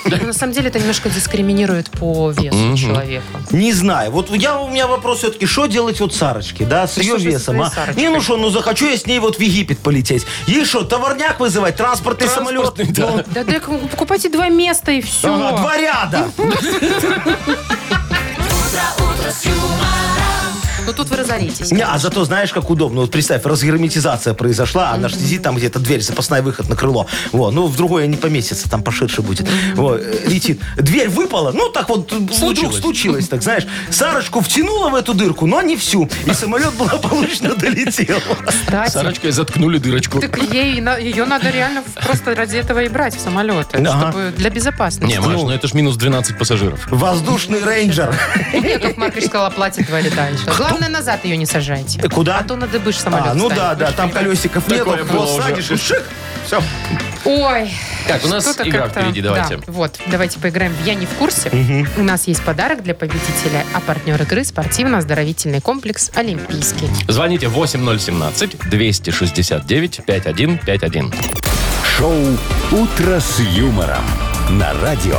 Speaker 3: Но на самом деле это немножко дискриминирует по весу человека.
Speaker 4: Не знаю. Вот я, у меня вопрос все-таки, что делать вот Сарочке, да, с
Speaker 3: Ну,
Speaker 4: ее
Speaker 3: что же с
Speaker 4: весом,
Speaker 3: твоей
Speaker 4: а?
Speaker 3: Сарочкой?
Speaker 4: Не, ну что, ну захочу я с ней вот в Египет полететь. Ей что, товарняк вызывать, транспортный,
Speaker 2: Транспортный,
Speaker 4: самолет?
Speaker 2: да.
Speaker 3: Да,
Speaker 4: Ну,
Speaker 3: да, покупайте два места и все.
Speaker 4: ага, два ряда.
Speaker 3: Но Ну, тут вы разоритесь.
Speaker 4: Не, а зато знаешь, как удобно. Вот представь, разгерметизация произошла, она ж сидит там где-то дверь, запасная выход на крыло. Вот, ну в другое не поместится, там поширше будет. Вот, э, летит. Дверь выпала, ну так вот вдруг
Speaker 2: Случилось.
Speaker 4: случилось, так знаешь. Сарочку втянула в эту дырку, но не всю. И самолет благополучно долетел.
Speaker 3: Кстати,
Speaker 2: Сарочкой заткнули дырочку.
Speaker 3: так ей, на- ее надо реально в- просто ради этого и брать в самолеты,
Speaker 4: Ага.
Speaker 3: чтобы для безопасности.
Speaker 2: Не, Маш, ну это ж минус 12 пассажиров.
Speaker 4: Воздушный рейнджер.
Speaker 3: Яков Маркович сказал, платит два лета раньше. а Главное, назад ее не сажайте.
Speaker 4: Э, Куда?
Speaker 3: А то на дыбыш самолет
Speaker 4: А, ну
Speaker 3: станет.
Speaker 4: да, да, там колесиков нет,
Speaker 2: Такое было
Speaker 4: вот
Speaker 2: уже.
Speaker 4: садишь и шик. Все.
Speaker 3: Ой.
Speaker 2: Так, у нас
Speaker 3: что-то
Speaker 2: игра
Speaker 3: как-то-
Speaker 2: впереди, давайте.
Speaker 3: Да, вот, давайте поиграем в «Я не в курсе». У нас есть подарок для победителя, а партнер игры – спортивно-оздоровительный комплекс «Олимпийский».
Speaker 2: Звоните 8017-269-5151.
Speaker 1: Шоу «Утро с юмором» на радио.
Speaker 9: юмор,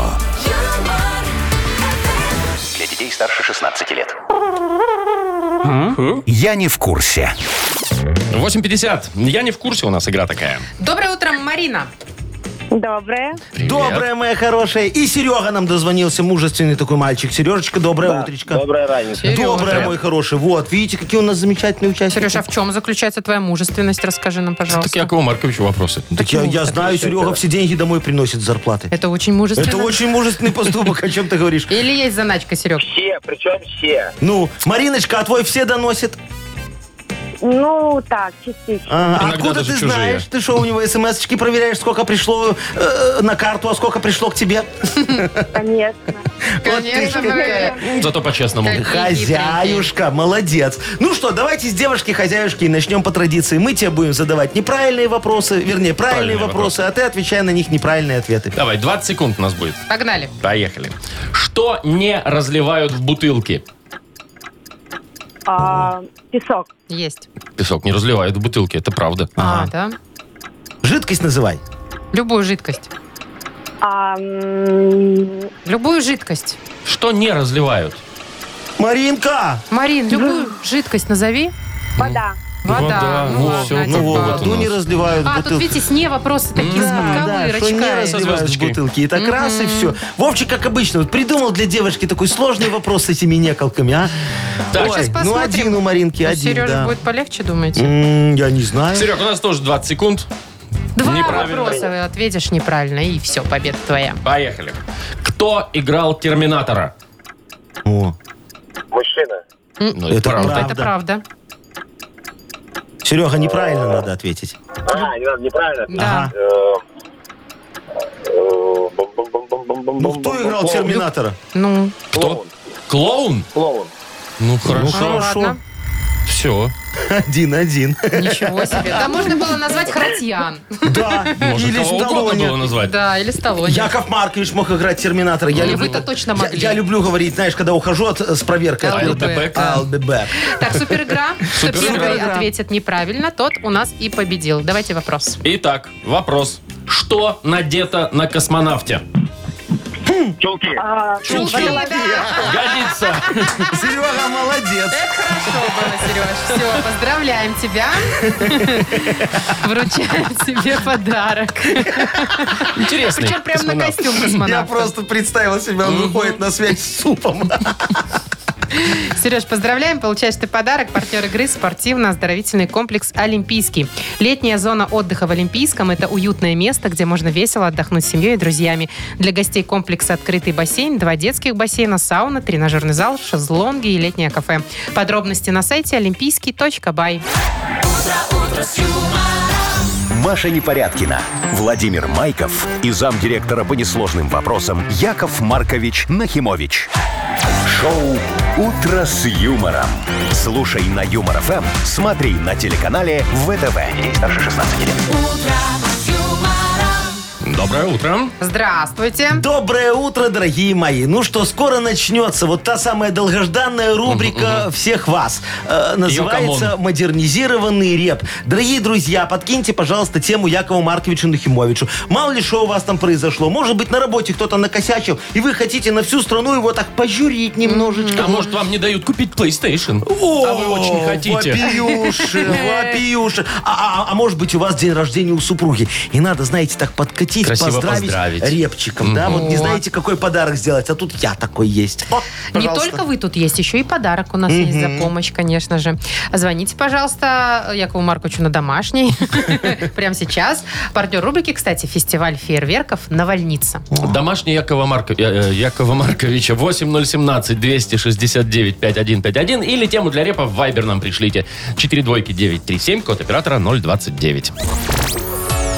Speaker 5: Для детей старше 16 лет.
Speaker 1: Я не в курсе.
Speaker 2: 8.50. Я не в курсе, у нас игра такая.
Speaker 3: Доброе утро, Марина.
Speaker 10: Доброе.
Speaker 2: Привет.
Speaker 4: Добрая моя хорошая. И Серега нам дозвонился, мужественный такой мальчик. Сережечка, доброе утречко.
Speaker 8: Доброе ранец.
Speaker 3: Серега.
Speaker 4: Доброе, мой хороший. Вот, видите, какие у нас замечательные участники.
Speaker 3: Сережа, а в чем заключается твоя мужественность? Расскажи нам, пожалуйста.
Speaker 2: Так Якову Марковичу вопросы. Ну,
Speaker 4: Так я,
Speaker 3: почему
Speaker 4: я
Speaker 3: так
Speaker 4: знаю, Серега все деньги домой приносит с зарплаты.
Speaker 3: Это очень мужественно.
Speaker 4: Это очень мужественный поступок, о чем ты говоришь.
Speaker 3: Или есть заначка, Серег?
Speaker 8: Все, причем все.
Speaker 4: Ну, Мариночка, а твой все доносит?
Speaker 10: Ну, так, частично.
Speaker 4: А,
Speaker 2: Иногда
Speaker 4: откуда
Speaker 2: даже
Speaker 4: ты
Speaker 2: чужие.
Speaker 4: знаешь? Ты что, у него смс-очки проверяешь, сколько пришло э, на карту, а сколько пришло к тебе?
Speaker 10: Конечно.
Speaker 3: Конечно, бывает.
Speaker 2: Зато по-честному.
Speaker 3: Так.
Speaker 4: Хозяюшка, молодец. Ну что, давайте с девушки-хозяюшки и начнем по традиции. Мы тебе будем задавать неправильные вопросы, вернее, правильные,
Speaker 2: Правильные
Speaker 4: вопросы, а ты отвечай на них неправильные ответы.
Speaker 2: Давай, 20 секунд у нас будет.
Speaker 3: Погнали.
Speaker 2: Поехали. Что не разливают в бутылки?
Speaker 10: А, песок.
Speaker 3: Есть.
Speaker 2: Песок не разливают в бутылки, это правда.
Speaker 3: А, да?
Speaker 4: Жидкость называй.
Speaker 3: Любую жидкость.
Speaker 10: А, м,
Speaker 3: Любую жидкость.
Speaker 2: Что не разливают?
Speaker 4: Маринка!
Speaker 2: А
Speaker 3: Марин, любую жидкость назови.
Speaker 10: вода.
Speaker 3: Вода.
Speaker 2: Вода. Вот
Speaker 3: ладно,
Speaker 2: всё,
Speaker 4: Ну,
Speaker 3: типа.
Speaker 2: вот,
Speaker 4: воду
Speaker 2: у
Speaker 4: не
Speaker 2: нас.
Speaker 4: разливают в
Speaker 3: А, тут,
Speaker 4: бутылки.
Speaker 3: видите, сне вопросы такие с
Speaker 4: Да, да, что не
Speaker 3: подковырочкой.
Speaker 4: разливают в
Speaker 2: звездочкой.
Speaker 4: бутылки. Это раз и все. Вовчик, как обычно, вот придумал для девушки такой сложный вопрос с этими неколками, а?
Speaker 2: Так,
Speaker 4: Ой,
Speaker 3: Сейчас
Speaker 4: ну
Speaker 3: посмотрим.
Speaker 4: один у Маринки, один,
Speaker 3: Сережа
Speaker 4: да.
Speaker 3: будет полегче, думаете?
Speaker 4: М, я не знаю.
Speaker 2: Серег, у нас тоже 20 секунд.
Speaker 3: Два
Speaker 2: неправильно.
Speaker 3: вопроса вы ответишь неправильно, и все, победа твоя.
Speaker 2: Поехали. Кто играл Терминатора?
Speaker 4: О,
Speaker 8: Мужчина.
Speaker 2: Ну,
Speaker 4: Это правда.
Speaker 3: Это правда.
Speaker 4: Серега, неправильно надо ответить.
Speaker 8: А, не надо, неправильно.
Speaker 3: Да.
Speaker 4: Ага. Ну, кто играл Терминатора?
Speaker 3: Ну,
Speaker 2: Кто? Клоун?
Speaker 8: Клоун.
Speaker 2: Ну,
Speaker 4: Ну,
Speaker 2: хорошо.
Speaker 4: хорошо.
Speaker 3: ладно.
Speaker 2: Все.
Speaker 4: Один-один.
Speaker 3: Ничего себе. Да можно было назвать Хратьян.
Speaker 4: Да.
Speaker 2: Можно
Speaker 4: ну, Или
Speaker 2: кого угодно было
Speaker 4: Сталлоне.
Speaker 2: назвать.
Speaker 3: Да, или Сталлоне.
Speaker 4: Яков Маркович мог играть Терминатора. Я
Speaker 3: Или
Speaker 4: люблю-
Speaker 3: вы-то точно
Speaker 4: Я-
Speaker 3: могли.
Speaker 4: Я люблю говорить, знаешь, когда ухожу от- э, с проверкой.
Speaker 3: Да,
Speaker 4: откуда-то.
Speaker 3: I'll be back.
Speaker 4: I'll be back.
Speaker 3: Так, суперигра. Кто
Speaker 2: Суперигра.
Speaker 3: первый
Speaker 4: Суперигра.
Speaker 3: ответит неправильно, тот у нас и победил. Давайте вопрос.
Speaker 2: Итак, вопрос. Что надето на космонавте?
Speaker 8: Челки.
Speaker 10: А,
Speaker 2: Годится.
Speaker 4: Серега, молодец.
Speaker 3: Это хорошо было, Сереж. Все, поздравляем тебя. Вручаем тебе подарок.
Speaker 2: Интересный
Speaker 3: Причем прям на
Speaker 2: космонавт.
Speaker 3: костюм
Speaker 4: Я
Speaker 3: космонавта.
Speaker 4: просто представил себя, он выходит на связь с супом.
Speaker 3: Сереж, поздравляем. Получаешь ты подарок. Партнер игры спортивно-оздоровительный комплекс «Олимпийский». Летняя зона отдыха в Олимпийском – это уютное место, где можно весело отдохнуть с семьей и друзьями. Для гостей комплекса открытый бассейн, два детских бассейна, сауна, тренажерный зал, шезлонги и летнее кафе. Подробности на сайте олимпийский.бай.
Speaker 1: Маша Непорядкина, Владимир Майков и замдиректора по несложным вопросам Яков Маркович Нахимович. Шоу «Утро с юмором». Слушай на Юмор ФМ, смотри на телеканале ВТВ. Ей старше 16 лет.
Speaker 2: Доброе утро.
Speaker 3: Здравствуйте.
Speaker 4: Доброе утро, дорогие мои. Ну что, скоро начнется вот та самая долгожданная рубрика всех вас. Э, называется
Speaker 2: камон.
Speaker 4: «Модернизированный реп». Дорогие друзья, подкиньте, пожалуйста, тему Якову Марковичу Нахимовичу. Мало ли что у вас там произошло. Может быть, на работе кто-то накосячил, и вы хотите на всю страну его так пожурить немножечко.
Speaker 2: А может, вам не дают купить PlayStation? а вы очень хотите.
Speaker 4: Вопиюши, вопиюши. А, а- а может быть, у вас день рождения у супруги. И надо, знаете, так подкатить,
Speaker 2: Красиво
Speaker 4: поздравить,
Speaker 2: поздравить.
Speaker 4: репчиком. Да, вот не
Speaker 3: Вот.
Speaker 4: знаете, какой подарок сделать, а тут я такой есть. О, пожалуйста.
Speaker 3: Не только вы тут есть, еще и подарок у нас есть за помощь, конечно же. Звоните, пожалуйста, Якову Марковичу на домашний. Прямо сейчас. Партнер рубрики, кстати, фестиваль фейерверков «Навальница».
Speaker 2: Домашний Якова, Марко- э, э, Якова Марковича 8017-269-5151 или тему для репа в Viber нам пришлите. 4 двойки 937, код оператора 029.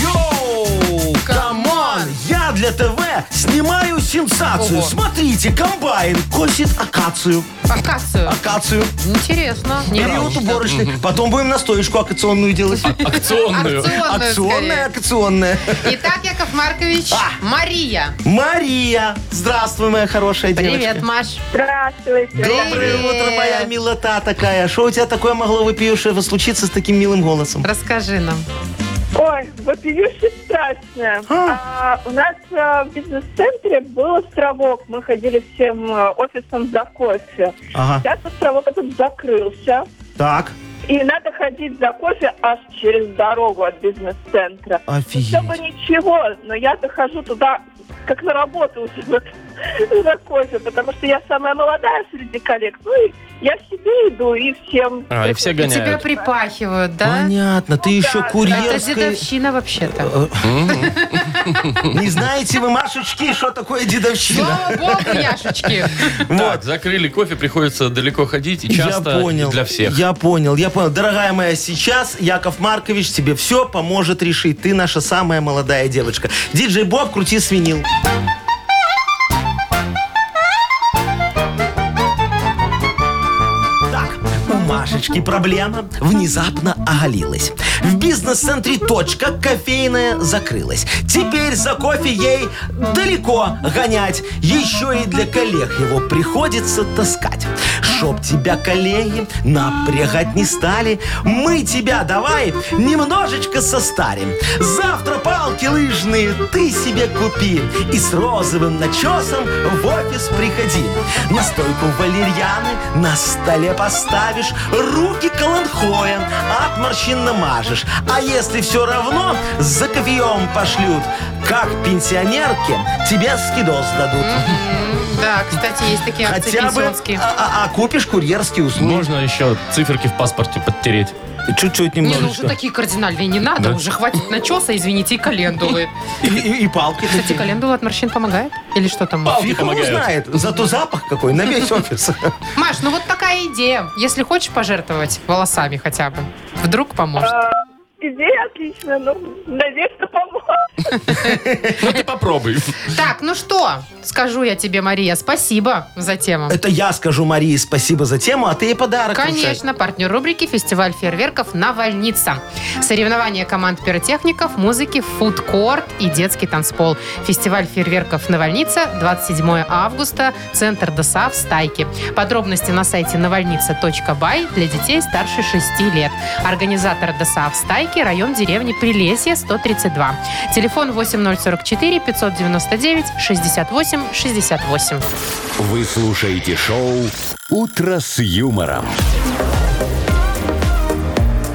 Speaker 4: Йоу, камон, я для ТВ снимаю сенсацию.
Speaker 3: Ого.
Speaker 4: Смотрите, комбайн косит акацию.
Speaker 3: Акацию.
Speaker 4: Акацию.
Speaker 3: А Интересно.
Speaker 4: Период уборочный. Потом будем настоечку акационную делать.
Speaker 2: Акционную.
Speaker 4: Акционная, акционная.
Speaker 3: Итак, Яков Маркович,
Speaker 4: А.
Speaker 3: Мария.
Speaker 4: Мария, здравствуй, моя хорошая девочка.
Speaker 3: Привет, Маш.
Speaker 10: Здравствуйте.
Speaker 4: Доброе
Speaker 3: Привет.
Speaker 4: утро, моя милота такая. Что у тебя такое могло выпившее случиться с таким милым голосом?
Speaker 3: Расскажи нам.
Speaker 10: Ой, вопиюще страшно.
Speaker 4: А.
Speaker 10: у нас э, в бизнес-центре был островок. Мы ходили всем э, офисом за кофе.
Speaker 4: Ага.
Speaker 10: Сейчас островок этот закрылся.
Speaker 4: Так,
Speaker 10: И надо ходить за кофе аж через дорогу от бизнес-центра.
Speaker 4: офигеть.
Speaker 10: Чтобы ничего, но я захожу туда как на работу уже вот, за кофе, потому что я самая молодая среди коллег. Ну и я в себе иду и всем.
Speaker 2: А, и все
Speaker 3: И тебя
Speaker 2: гоняют.
Speaker 3: припахивают, да?
Speaker 4: Понятно, ты
Speaker 10: да,
Speaker 4: еще
Speaker 3: Это
Speaker 4: курьерская.
Speaker 3: дедовщина вообще-то.
Speaker 4: Не знаете вы, Машечки, что такое дедовщина?
Speaker 3: Слава богу, Яшечки.
Speaker 2: Так, закрыли кофе, приходится далеко ходить и часто
Speaker 4: я понял.
Speaker 2: для всех.
Speaker 4: Я понял, я понял. Дорогая моя, сейчас Яков Маркович тебе все поможет решить. Ты наша самая молодая девочка. Диджей Боб, крути свинил. Так, у Машечки проблема внезапно оголилась. В бизнес-центре точка кофейная закрылась. Теперь за кофе ей далеко гонять. Еще и для коллег его приходится таскать. Чтоб тебя коллеги напрягать не стали, мы тебя давай немножечко состарим. Завтра палки лыжные ты себе купи и с розовым начесом в офис приходи. Настойку валерьяны на столе поставишь, руки каланхоя от морщин намажешь. А если все равно за кофеем пошлют, как пенсионерке тебе скидос дадут.
Speaker 3: Да, кстати, есть такие акции
Speaker 4: Хотя бы
Speaker 3: пенсионские.
Speaker 4: а, а- а купишь курьерские услуги.
Speaker 2: Можно еще циферки в паспорте подтереть.
Speaker 4: Чуть-чуть
Speaker 3: Не, ну уже такие кардинальные не надо.
Speaker 2: Да.
Speaker 3: Уже хватит начеса, извините, и календулы.
Speaker 4: И, и- и палки.
Speaker 3: Кстати, календула от морщин помогает? Или что там?
Speaker 2: Палки
Speaker 4: Фиг его
Speaker 2: помогают.
Speaker 4: знает. Зато запах какой на весь офис.
Speaker 3: Маш, ну вот такая идея. Если хочешь пожертвовать волосами хотя бы, вдруг поможет.
Speaker 10: Идея отличная, ну, надеюсь, что поможет.
Speaker 2: Ну ты попробуй.
Speaker 3: Так, ну что, скажу я тебе, Мария, спасибо за тему.
Speaker 4: Это я скажу Марии спасибо за тему, а ты ей подарок вручай.
Speaker 3: Конечно, партнер рубрики «Фестиваль фейерверков «Навальница». Соревнования команд пиротехников, музыки, фудкорт и детский танцпол. Фестиваль фейерверков «Навальница» 27 августа, центр ДСА в Стайке. Подробности на сайте навальница.бай для детей старше 6 лет. Организатор ДСА в Стайке, район деревни Прилесье, 132. Телефон 8044 599 68 68.
Speaker 1: Вы слушаете шоу «Утро с юмором».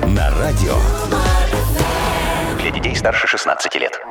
Speaker 1: На радио.
Speaker 5: Для детей старше 16 лет.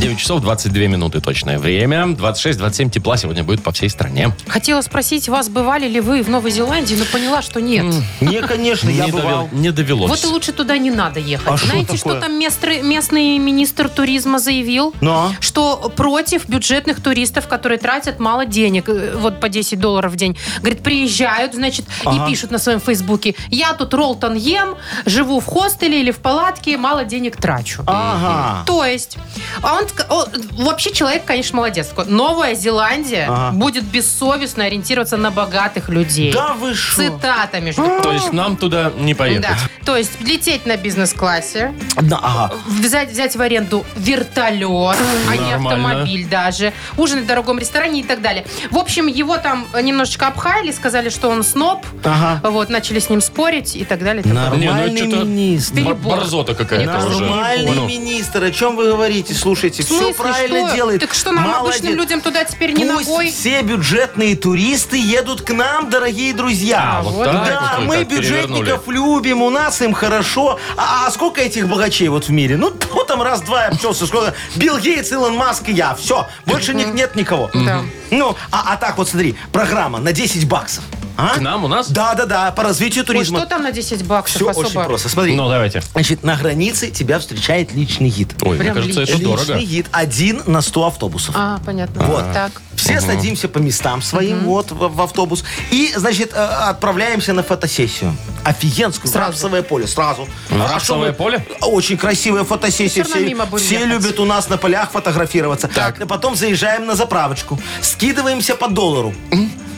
Speaker 2: 9 часов 22 минуты точное время. 26-27 тепла сегодня будет по всей стране.
Speaker 3: Хотела спросить вас, бывали ли вы в Новой Зеландии, но поняла, что нет.
Speaker 4: Не, конечно, я
Speaker 2: не,
Speaker 4: бывал.
Speaker 2: довел- не довелось.
Speaker 3: Вот и лучше туда не надо ехать.
Speaker 4: А что
Speaker 3: Знаете, что
Speaker 4: такое? Ну.
Speaker 3: там местр- местный министр туризма заявил?
Speaker 4: Но.
Speaker 3: Что против бюджетных туристов, которые тратят мало денег, э, вот по 10 долларов в день. Говорит, приезжают, значит, и
Speaker 4: Ага.
Speaker 3: пишут на своем фейсбуке, я тут роллтон ем, живу в хостеле или в палатке, мало денег трачу.
Speaker 4: А. Ага.
Speaker 3: То есть, а он, ск- о, вообще человек, конечно, молодец. такой, Новая Зеландия
Speaker 4: Ага.
Speaker 3: будет бессовестно ориентироваться на богатых людей.
Speaker 4: Да вы что?
Speaker 3: Цитата, между прочим.
Speaker 2: То есть нам туда не
Speaker 3: Да.
Speaker 2: поехать.
Speaker 3: То есть лететь на бизнес-классе,
Speaker 4: Да, ага.
Speaker 3: взять, взять в аренду вертолет, а не
Speaker 2: Нормально.
Speaker 3: автомобиль даже, ужинать в дорогом ресторане и так далее. В общем, его там немножечко обхаяли, сказали, что он сноб,
Speaker 4: Ага.
Speaker 3: вот, начали с ним спорить и так далее. и так далее.
Speaker 4: Нормальный
Speaker 2: Не, ну это-
Speaker 4: министр.
Speaker 2: Бор-
Speaker 3: Перебор.
Speaker 2: Борзота какая-то уже.
Speaker 4: Нормальный
Speaker 2: Ну,
Speaker 4: министр. О чем вы говорите? Слушайте,
Speaker 3: В смысле,
Speaker 4: все правильно
Speaker 3: что?
Speaker 4: делает.
Speaker 3: Так что нам, обычным
Speaker 4: Молодец.
Speaker 3: людям, туда теперь не
Speaker 4: Пусть
Speaker 3: ногой?
Speaker 4: все бюджетные туристы едут к нам, дорогие друзья.
Speaker 2: А, вот
Speaker 3: Вот
Speaker 2: так
Speaker 4: Да,
Speaker 2: вот вы
Speaker 4: мы
Speaker 2: так перевернули.
Speaker 4: бюджетников любим, у нас им хорошо. А, а сколько этих богачей вот в мире? Ну, кто там раз-два общался, сколько? Билл Гейтс, Илон Маск и я. Все, больше них нет никого.
Speaker 3: Да.
Speaker 4: Ну, а, а так вот смотри, программа на 10 баксов. А?
Speaker 2: К нам у нас?
Speaker 4: Да-да-да, по развитию
Speaker 3: Ой, что
Speaker 4: туризма.
Speaker 3: там на 10 баксов
Speaker 4: Все
Speaker 3: особо?
Speaker 4: очень просто. Смотри,
Speaker 2: Ну, давайте.
Speaker 4: значит, на границе тебя встречает личный гид.
Speaker 2: Ой, мне
Speaker 3: Прям
Speaker 2: кажется, это
Speaker 4: личный
Speaker 2: дорого.
Speaker 4: гид один на 100 автобусов.
Speaker 3: А, понятно.
Speaker 4: Вот.
Speaker 3: Так.
Speaker 4: Все садимся по местам своим, вот, в, в автобус. И, значит, э, отправляемся на фотосессию. Офигенскую.
Speaker 3: Сразу.
Speaker 4: Рапсовое поле. Сразу. А
Speaker 2: рапсовое
Speaker 4: что мы-
Speaker 2: поле?
Speaker 4: Очень красивая фотосессия.
Speaker 3: всё равно мимо будем
Speaker 4: все
Speaker 3: ехать.
Speaker 4: любят у нас на полях фотографироваться. Так. Потом заезжаем на заправочку. Скидываемся по доллару.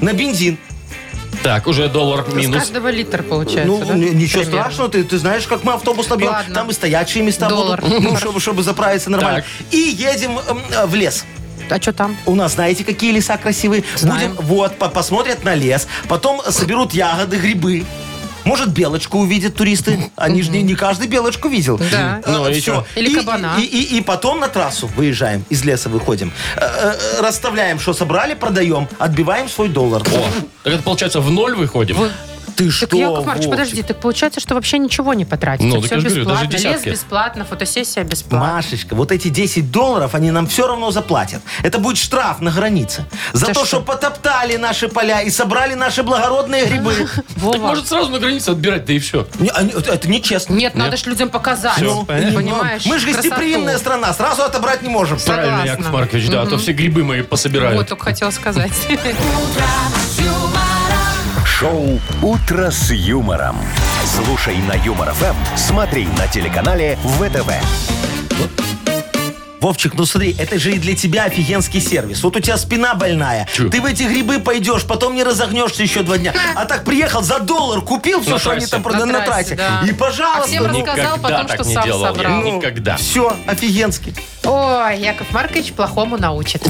Speaker 4: На бензин.
Speaker 2: Так, уже доллар
Speaker 3: С
Speaker 2: минус.
Speaker 3: каждого литр получается,
Speaker 4: ну,
Speaker 3: да?
Speaker 4: н- ничего
Speaker 3: Примерно.
Speaker 4: страшного, ты, ты знаешь, как мы автобус набьем.
Speaker 3: Ладно.
Speaker 4: Там и стоячие места
Speaker 3: Доллар.
Speaker 4: будут. Ну, чтобы, чтобы заправиться нормально.
Speaker 2: Так.
Speaker 4: И едем эм, э, в лес.
Speaker 3: А что там?
Speaker 4: У нас, знаете, какие леса красивые?
Speaker 3: Знаем.
Speaker 4: Будем, вот, по- посмотрят на лес, потом соберут ягоды, грибы. Может, белочку увидят туристы. А Они же не, не каждый белочку видел.
Speaker 3: Да.
Speaker 4: Э,
Speaker 2: Ну и
Speaker 4: всё.
Speaker 2: чё?
Speaker 3: Или кабана.
Speaker 4: И, и- и потом на трассу выезжаем, из леса выходим. Э, э, Расставляем, что собрали, продаем, отбиваем свой доллар.
Speaker 2: О, так это получается в ноль выходим?
Speaker 4: ты
Speaker 3: Так, Яков Маркович,
Speaker 4: Вовчик?
Speaker 3: подожди, так получается, что вообще ничего не потратите.
Speaker 2: Ну, так
Speaker 3: Все
Speaker 2: я же говорю,
Speaker 3: бесплатно.
Speaker 2: даже
Speaker 3: Лес
Speaker 2: десятки.
Speaker 3: бесплатно, фотосессия бесплатно.
Speaker 4: Машечка, вот эти 10 долларов, они нам все равно заплатят. Это будет штраф на границе. За
Speaker 3: За
Speaker 4: то,
Speaker 3: что?
Speaker 4: что потоптали наши поля и собрали наши благородные грибы.
Speaker 2: Так
Speaker 3: Вова.
Speaker 2: может сразу на границе отбирать, да и все.
Speaker 4: Не, а, не, Это это нечестно.
Speaker 3: Нет, надо же людям показать. Ну,
Speaker 2: Всё, понятно.
Speaker 3: Понимаешь?
Speaker 4: Э, ну, Мы же гостеприимная
Speaker 3: красоту.
Speaker 4: страна, сразу отобрать не можем.
Speaker 3: Согласна.
Speaker 2: Правильно, Яков Маркович, да, а то все грибы мои
Speaker 3: Вот,
Speaker 2: пособирают.
Speaker 3: только хотела сказать.
Speaker 1: Шоу «Утро с юмором». Слушай на Юмор ФМ, смотри на телеканале ВТВ.
Speaker 4: Вовчик, ну смотри, это же и для тебя офигенский сервис. Вот у тебя спина больная.
Speaker 2: Чё?
Speaker 4: Ты в эти грибы пойдешь, потом не разогнешься еще два дня. А так приехал за доллар, купил все,
Speaker 2: На
Speaker 4: что они
Speaker 2: трассе.
Speaker 4: там продали
Speaker 3: На
Speaker 4: на
Speaker 3: трассе,
Speaker 4: трассе.
Speaker 3: да.
Speaker 4: И
Speaker 3: А всем
Speaker 4: пожалуйста. ну,
Speaker 3: рассказал,
Speaker 2: Никогда
Speaker 3: потом,
Speaker 2: так
Speaker 3: что
Speaker 2: не
Speaker 3: сам
Speaker 2: делал я.
Speaker 3: собрал.
Speaker 2: Ну, никогда.
Speaker 4: Все, офигенский.
Speaker 3: Ой, Яков Маркович плохому научит.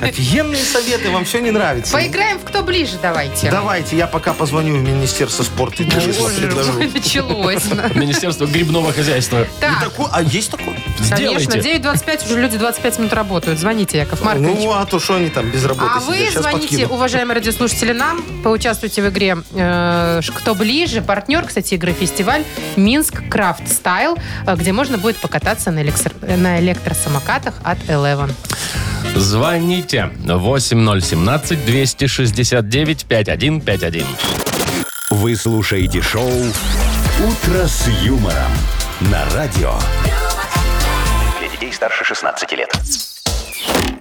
Speaker 4: Офигенные советы, вам все не нравится.
Speaker 3: Поиграем в «Кто ближе» давайте.
Speaker 4: Давайте, я пока позвоню в Министерство спорта и
Speaker 3: Боже
Speaker 4: туризма
Speaker 3: мой,
Speaker 4: предложу.
Speaker 3: началось.
Speaker 2: Ну, Министерство грибного хозяйства.
Speaker 4: Не
Speaker 3: Так,
Speaker 4: такой- а есть такой?
Speaker 3: конечно,
Speaker 2: Сделайте.
Speaker 3: 9.25, уже люди 25 минут работают. Звоните, Яков Маркович.
Speaker 4: Ну, а то что они там без работы
Speaker 3: А
Speaker 4: сидят?
Speaker 3: вы
Speaker 4: Сейчас
Speaker 3: звоните,
Speaker 4: подкину.
Speaker 3: уважаемые радиослушатели, нам. Поучаствуйте в игре э, ш- «Кто ближе?». Партнер, кстати, игры «Фестиваль» Минск Крафт Стайл, э, где можно будет покататься на, элексер- э, на электросамокатах от Eleven.
Speaker 2: Звоните 8017-269-5151.
Speaker 1: Вы слушаете шоу «Утро с юмором» на радио.
Speaker 5: Для детей старше 16 лет.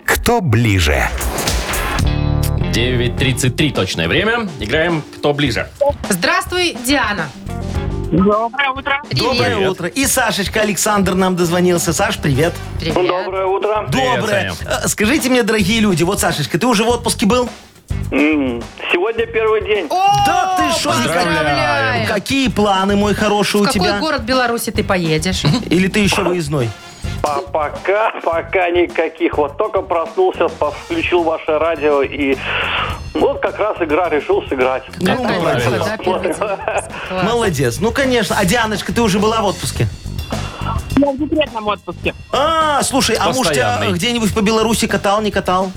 Speaker 1: Кто ближе?
Speaker 2: 9.33 точное время. Играем «Кто ближе?».
Speaker 3: Здравствуй, Диана.
Speaker 10: Доброе утро.
Speaker 3: Привет.
Speaker 4: Доброе
Speaker 2: Привет.
Speaker 4: утро. И Сашечка Александр нам дозвонился. Саш, привет.
Speaker 3: Привет.
Speaker 8: Доброе утро.
Speaker 2: Привет,
Speaker 4: Доброе. Э, Скажите мне, дорогие люди, вот, Сашечка, ты уже в отпуске был?
Speaker 8: М, Сегодня первый день.
Speaker 3: О,
Speaker 4: Да ты шо,
Speaker 3: поздравляем.
Speaker 4: Какие планы, мой хороший,
Speaker 3: В
Speaker 4: у
Speaker 3: какой
Speaker 4: тебя?
Speaker 3: город Ну, Беларуси ты поедешь?
Speaker 4: Или ты еще выездной?
Speaker 8: А пока, пока никаких. Вот только проснулся, по- включил ваше радио и вот как раз игра решил сыграть.
Speaker 4: Ну,
Speaker 3: Какая
Speaker 4: молодец.
Speaker 3: красота, да, первый день. Класс.
Speaker 4: Молодец. Ну, конечно. А Дианочка, ты уже была в отпуске?
Speaker 10: Я в декретном отпуске.
Speaker 4: А, слушай, а муж тебя
Speaker 2: Постоянный.
Speaker 4: где-нибудь по Беларуси катал, не катал?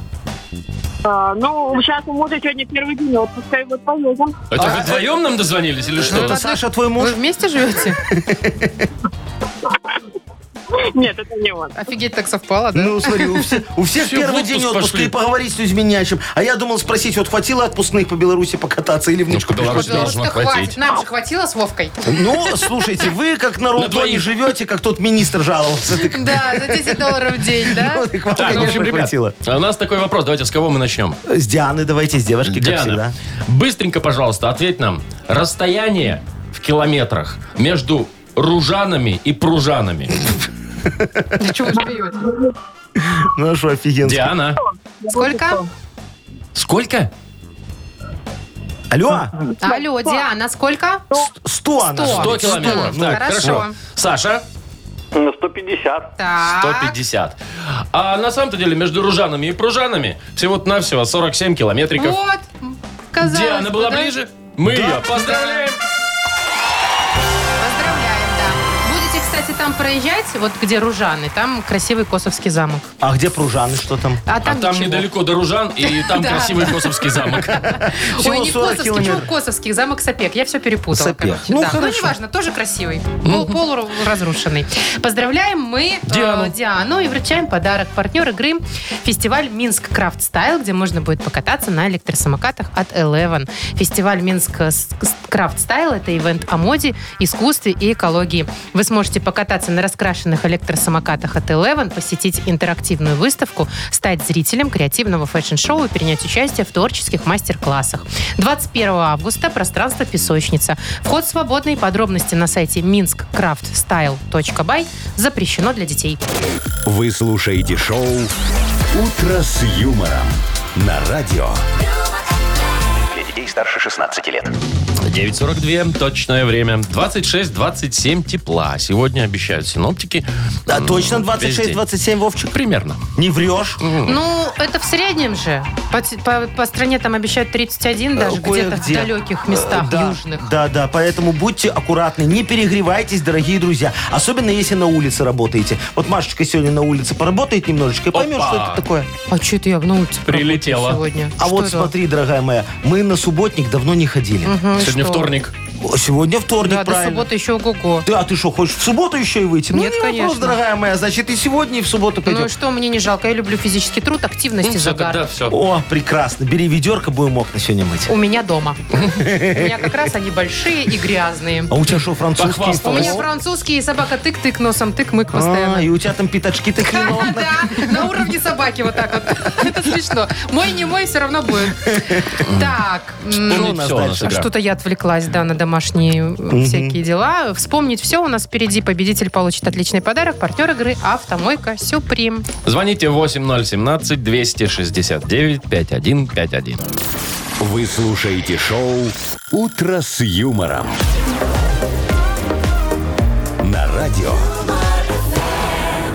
Speaker 10: А, ну, сейчас у мужа сегодня первый день отпуска, и вот поедем.
Speaker 2: Это вы вдвоем нам дозвонились или
Speaker 4: Это
Speaker 2: что?
Speaker 4: Саша твой
Speaker 3: Вы
Speaker 4: муж?
Speaker 3: вместе живете?
Speaker 10: Нет, это не он.
Speaker 3: Офигеть, так совпало, да?
Speaker 4: Ну, смотри, у всех, у всех
Speaker 2: Все в
Speaker 4: первый
Speaker 2: отпуск
Speaker 4: день отпуска,
Speaker 2: пошли.
Speaker 4: и поговорить с людьми не о чем. А я думал спросить, вот хватило отпускных по Беларуси покататься или внучку?
Speaker 2: Ну, по Беларуси должно хватить.
Speaker 3: Нам же хватило с Вовкой.
Speaker 4: Ну, слушайте, вы как
Speaker 2: На
Speaker 4: народ
Speaker 2: двоих.
Speaker 4: двоих живете, как тот министр жаловался. Так,
Speaker 3: Да, за 10 долларов в день, да?
Speaker 4: вот, и к вам,
Speaker 2: Так, в общем,
Speaker 4: конечно,
Speaker 2: ребят, а
Speaker 4: хватило.
Speaker 2: у нас такой вопрос. Давайте с кого мы начнем?
Speaker 4: С Дианы давайте, с девушки, как
Speaker 2: Диана,
Speaker 4: всегда.
Speaker 2: быстренько, пожалуйста, ответь нам. Расстояние в километрах между Ружанами и Пружанами.
Speaker 3: Да чего вы смеетесь?
Speaker 4: Ну, а что, офигенно.
Speaker 2: Диана.
Speaker 3: Сколько?
Speaker 2: Сколько?
Speaker 4: Алло,
Speaker 3: Алло, Диана, сколько?
Speaker 4: 100 она.
Speaker 3: Ну, Сто.
Speaker 2: 100
Speaker 4: же.
Speaker 2: километров.
Speaker 3: Ну,
Speaker 2: Так,
Speaker 3: хорошо.
Speaker 2: хорошо. Саша.
Speaker 8: На 150.
Speaker 3: Так.
Speaker 2: 150. А на самом-то деле между Ружанами и Пружанами всего-то навсего 47 километриков.
Speaker 3: Вот, казалось
Speaker 2: Диана
Speaker 3: бы,
Speaker 2: была
Speaker 3: да?
Speaker 2: ближе. Мы
Speaker 4: Да.
Speaker 2: ее поздравляем.
Speaker 3: Поздравляем, да. Будете, кстати, там проезжать, вот где Ружаны, там красивый Косовский замок.
Speaker 4: А где Пружаны, что там?
Speaker 2: А там
Speaker 3: ничего.
Speaker 2: недалеко до Ружан, и там
Speaker 3: Да.
Speaker 2: красивый Косовский замок.
Speaker 3: Ой,
Speaker 4: Всего
Speaker 3: не
Speaker 4: 40
Speaker 3: Косовский,
Speaker 4: километров.
Speaker 3: почему Косовский? Замок Сапек. Я все перепутала.
Speaker 4: Сапег.
Speaker 3: короче,
Speaker 4: Ну,
Speaker 3: да.
Speaker 4: хорошо.
Speaker 3: неважно, тоже красивый. Пол, полуразрушенный. Поздравляем мы э,
Speaker 2: Диану.
Speaker 3: Диану и вручаем подарок. Партнер игры фестиваль Минск Крафт Стайл, где можно будет покататься на электросамокатах от Eleven. Фестиваль Минск э, с- с- Крафт Стайл – это ивент о моде, искусстве и экологии. Вы сможете покататься на раскрашенных электросамокатах от Eleven, посетить интерактивную выставку, стать зрителем креативного фэшн-шоу и принять участие в творческих мастер-классах. 21 августа пространство «Песочница». Вход свободный. Подробности на сайте minskcraftstyle.by. Запрещено для детей.
Speaker 1: Вы слушаете шоу «Утро с юмором» на радио.
Speaker 5: Для детей старше 16 лет.
Speaker 2: 9.42, точное время. 26-27 тепла. Сегодня обещают синоптики.
Speaker 4: Да,
Speaker 2: М,
Speaker 4: А, точно
Speaker 2: весь день.
Speaker 4: 26-27, Вовчик?
Speaker 2: Примерно.
Speaker 4: Не врешь?
Speaker 3: Ну, это в среднем же. По, те- по- по стране там обещают 31 даже, где-то в
Speaker 4: Э, Кое-где.
Speaker 3: далеких местах
Speaker 4: Э, да,
Speaker 3: южных.
Speaker 4: Да, да, поэтому будьте аккуратны, не перегревайтесь, дорогие друзья. Особенно если на улице работаете. Вот Машечка сегодня на улице поработает немножечко и поймет,
Speaker 2: Опа.
Speaker 4: что это такое.
Speaker 3: А что это я на улице
Speaker 2: Прилетела.
Speaker 3: работаю сегодня?
Speaker 4: А
Speaker 3: Что
Speaker 4: вот
Speaker 3: это?
Speaker 4: смотри, дорогая моя, мы на субботник давно не ходили.
Speaker 3: Ну и
Speaker 2: Сегодня
Speaker 3: что?
Speaker 2: вторник.
Speaker 4: Сегодня вторник,
Speaker 3: Да, до
Speaker 4: правильно.
Speaker 3: субботы еще ого-го.
Speaker 4: Да, а ты что, хочешь в субботу еще и выйти?
Speaker 3: Нет,
Speaker 4: ну, не
Speaker 3: конечно.
Speaker 4: вопрос, дорогая моя. Значит, и сегодня, и в субботу пойдем.
Speaker 3: Ну и что, мне не жалко. Я люблю физический труд, активность и
Speaker 2: Ну, всё,
Speaker 3: загар.
Speaker 2: тогда все.
Speaker 4: О, прекрасно. Бери ведерко, будем окна сегодня мыть.
Speaker 3: У меня дома. У меня как раз они большие и грязные.
Speaker 4: А у тебя что, французский?
Speaker 3: У меня
Speaker 2: Похвасталась.
Speaker 3: французские, собака тык-тык, носом тык-мык
Speaker 4: А,
Speaker 3: постоянно.
Speaker 4: и у тебя там пятачки такие на окнах.
Speaker 3: Да, на уровне собаки вот так вот. Это смешно. Мой не мой, все равно будет. Так. м,
Speaker 4: Что
Speaker 2: Помнить
Speaker 4: у нас
Speaker 2: Ну, всё у нас
Speaker 4: дальше?
Speaker 2: игра.
Speaker 3: А Что-то я отвлеклась, да, на домашние э, всякие дела. Вспомнить все у нас впереди. Победитель получит отличный подарок. Партнер игры «Автомойка Сюприм».
Speaker 2: Звоните 8017-269-5151.
Speaker 1: Вы слушаете шоу «Утро с юмором» на радио.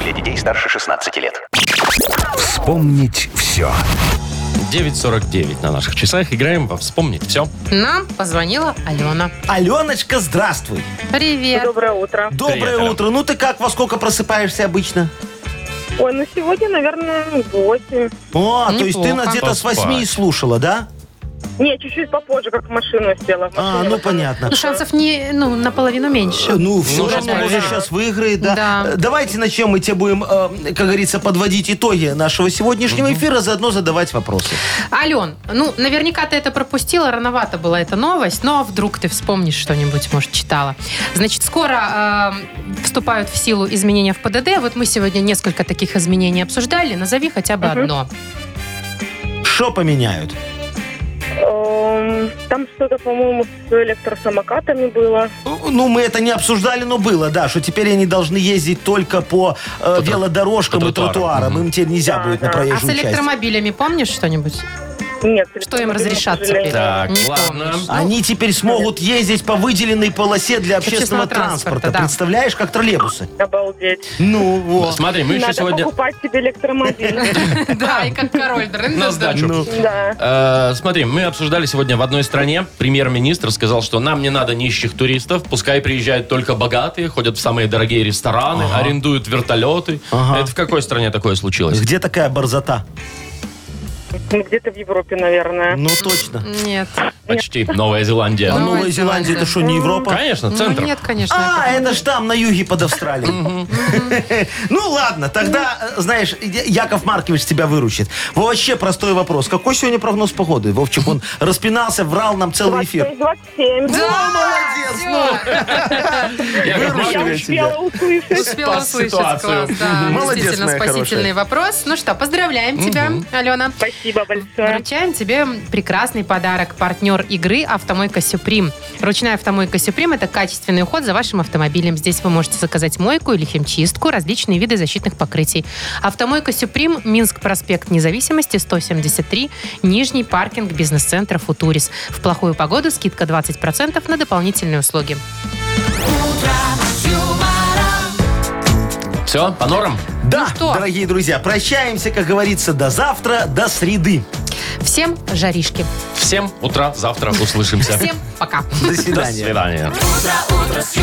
Speaker 5: Для детей старше 16 лет.
Speaker 1: Вспомнить все.
Speaker 2: 9.49 на наших часах. Играем во «Вспомнить все».
Speaker 3: Нам позвонила Алена.
Speaker 4: Аленочка, здравствуй.
Speaker 3: Привет.
Speaker 10: Доброе утро.
Speaker 4: Доброе
Speaker 2: Привет, Ален.
Speaker 4: утро. Ну ты как, во сколько просыпаешься обычно?
Speaker 10: Ой, ну сегодня, наверное, 8.
Speaker 4: О, то есть
Speaker 3: Неплохо.
Speaker 4: ты на где-то с
Speaker 2: Поспать.
Speaker 4: 8 и слушала, да?
Speaker 10: Не, чуть-чуть попозже, как в машину села. В
Speaker 4: А,
Speaker 10: машине
Speaker 4: ну
Speaker 10: вот она.
Speaker 4: понятно.
Speaker 3: Ну, шансов не, ну, наполовину меньше.
Speaker 4: Ну, все
Speaker 2: щас
Speaker 4: равно уже
Speaker 2: проверим.
Speaker 4: сейчас выиграет, да.
Speaker 3: Да.
Speaker 4: Э, Давайте начнем, мы тебе будем, э, как говорится, подводить итоги нашего сегодняшнего эфира, заодно задавать вопросы.
Speaker 3: Ален, ну, наверняка ты это пропустила, рановато была эта новость, но вдруг ты вспомнишь что-нибудь, может, читала. Значит, скоро э, вступают в силу изменения в ПДД. Вот мы сегодня несколько таких изменений обсуждали. Назови хотя бы одно.
Speaker 4: Что поменяют?
Speaker 10: Эм, Там что-то, по-моему, с электросамокатами было.
Speaker 4: Ну, мы это не обсуждали, но было, да, что теперь они должны ездить только по э,
Speaker 2: трот-
Speaker 4: велодорожкам
Speaker 2: по
Speaker 4: и тротуарам.
Speaker 2: тротуарам.
Speaker 4: Им теперь нельзя
Speaker 10: Да,
Speaker 4: будет на
Speaker 10: да.
Speaker 3: А с
Speaker 4: проезжую часть.
Speaker 3: электромобилями помнишь что-нибудь?
Speaker 10: Нет.
Speaker 3: Что им
Speaker 10: электросамокаты,
Speaker 3: разрешат
Speaker 10: к сожалению.
Speaker 3: теперь?
Speaker 2: Так,
Speaker 3: Не
Speaker 2: ладно.
Speaker 3: помнишь.
Speaker 4: Они теперь смогут ездить по выделенной полосе ну, для
Speaker 3: Общественного
Speaker 4: общественного,
Speaker 3: транспорта,
Speaker 4: транспорта.
Speaker 3: да.
Speaker 4: Представляешь, как троллейбусы?
Speaker 10: Обалдеть.
Speaker 4: Ну, вот.
Speaker 2: Смотри, мы еще
Speaker 10: Надо
Speaker 2: сегодня...
Speaker 10: покупать себе электромобиль.
Speaker 3: Да, и как король дрын.
Speaker 2: На сдачу.
Speaker 4: Ну.
Speaker 10: Да.
Speaker 2: Э, Смотри, мы обсуждали сегодня в одной стране. Премьер-министр сказал, что нам не надо нищих туристов, пускай приезжают только богатые, ходят в самые дорогие рестораны, арендуют вертолеты.
Speaker 4: Ага.
Speaker 2: Это в какой стране такое случилось?
Speaker 4: Где такая борзота?
Speaker 10: Ну, Где-то в Европе,
Speaker 7: Э?
Speaker 10: наверное.
Speaker 4: Ну, точно.
Speaker 3: Нет.
Speaker 2: Почти. Новая Зеландия.
Speaker 4: А
Speaker 3: Новая
Speaker 4: Новая Зеландия, это что, не Европа?
Speaker 2: Конечно,
Speaker 3: Ну,
Speaker 2: центр.
Speaker 3: нет, конечно.
Speaker 4: А,
Speaker 3: это-
Speaker 4: это ж там, на юге под Австралией. Ну ладно, тогда, э, знаешь, Я- Яков Маркович тебя выручит. Вообще простой вопрос. Какой сегодня прогноз погоды? Вовчик, он распинался, врал нам целый эфир.
Speaker 10: 26-27.
Speaker 4: О, молодец, ну,
Speaker 2: Яков
Speaker 10: Я
Speaker 2: Маркович,
Speaker 4: выручил я тебя.
Speaker 10: успела услышать.
Speaker 3: Успела
Speaker 2: Спас
Speaker 3: услышать.
Speaker 2: ситуацию.
Speaker 3: Класс, да.
Speaker 4: Молодец,
Speaker 3: Действительно
Speaker 4: моя
Speaker 3: спасительный вопрос. Ну что, поздравляем тебя, Алена.
Speaker 10: Спасибо большое.
Speaker 3: Вручаем тебе прекрасный подарок. Партнер игры «Автомойка Сюприм». Ручная «Автомойка Сюприм» — это качественный уход за вашим автомобилем. Здесь вы можете заказать мойку или химчистку, различные виды защитных покрытий. «Автомойка Сюприм», Минск, проспект Независимости, 173, Нижний паркинг бизнес-центра «Футурис». В плохую погоду скидка 20% на дополнительные услуги.
Speaker 2: Все, по норам?
Speaker 4: Да,
Speaker 3: что?
Speaker 4: дорогие друзья, прощаемся, как говорится, до завтра, до среды.
Speaker 3: Всем жаришки.
Speaker 2: В 7 утра завтра услышимся.
Speaker 3: Всем пока.
Speaker 4: До
Speaker 2: До
Speaker 4: свидания.
Speaker 2: свидания.
Speaker 6: утро с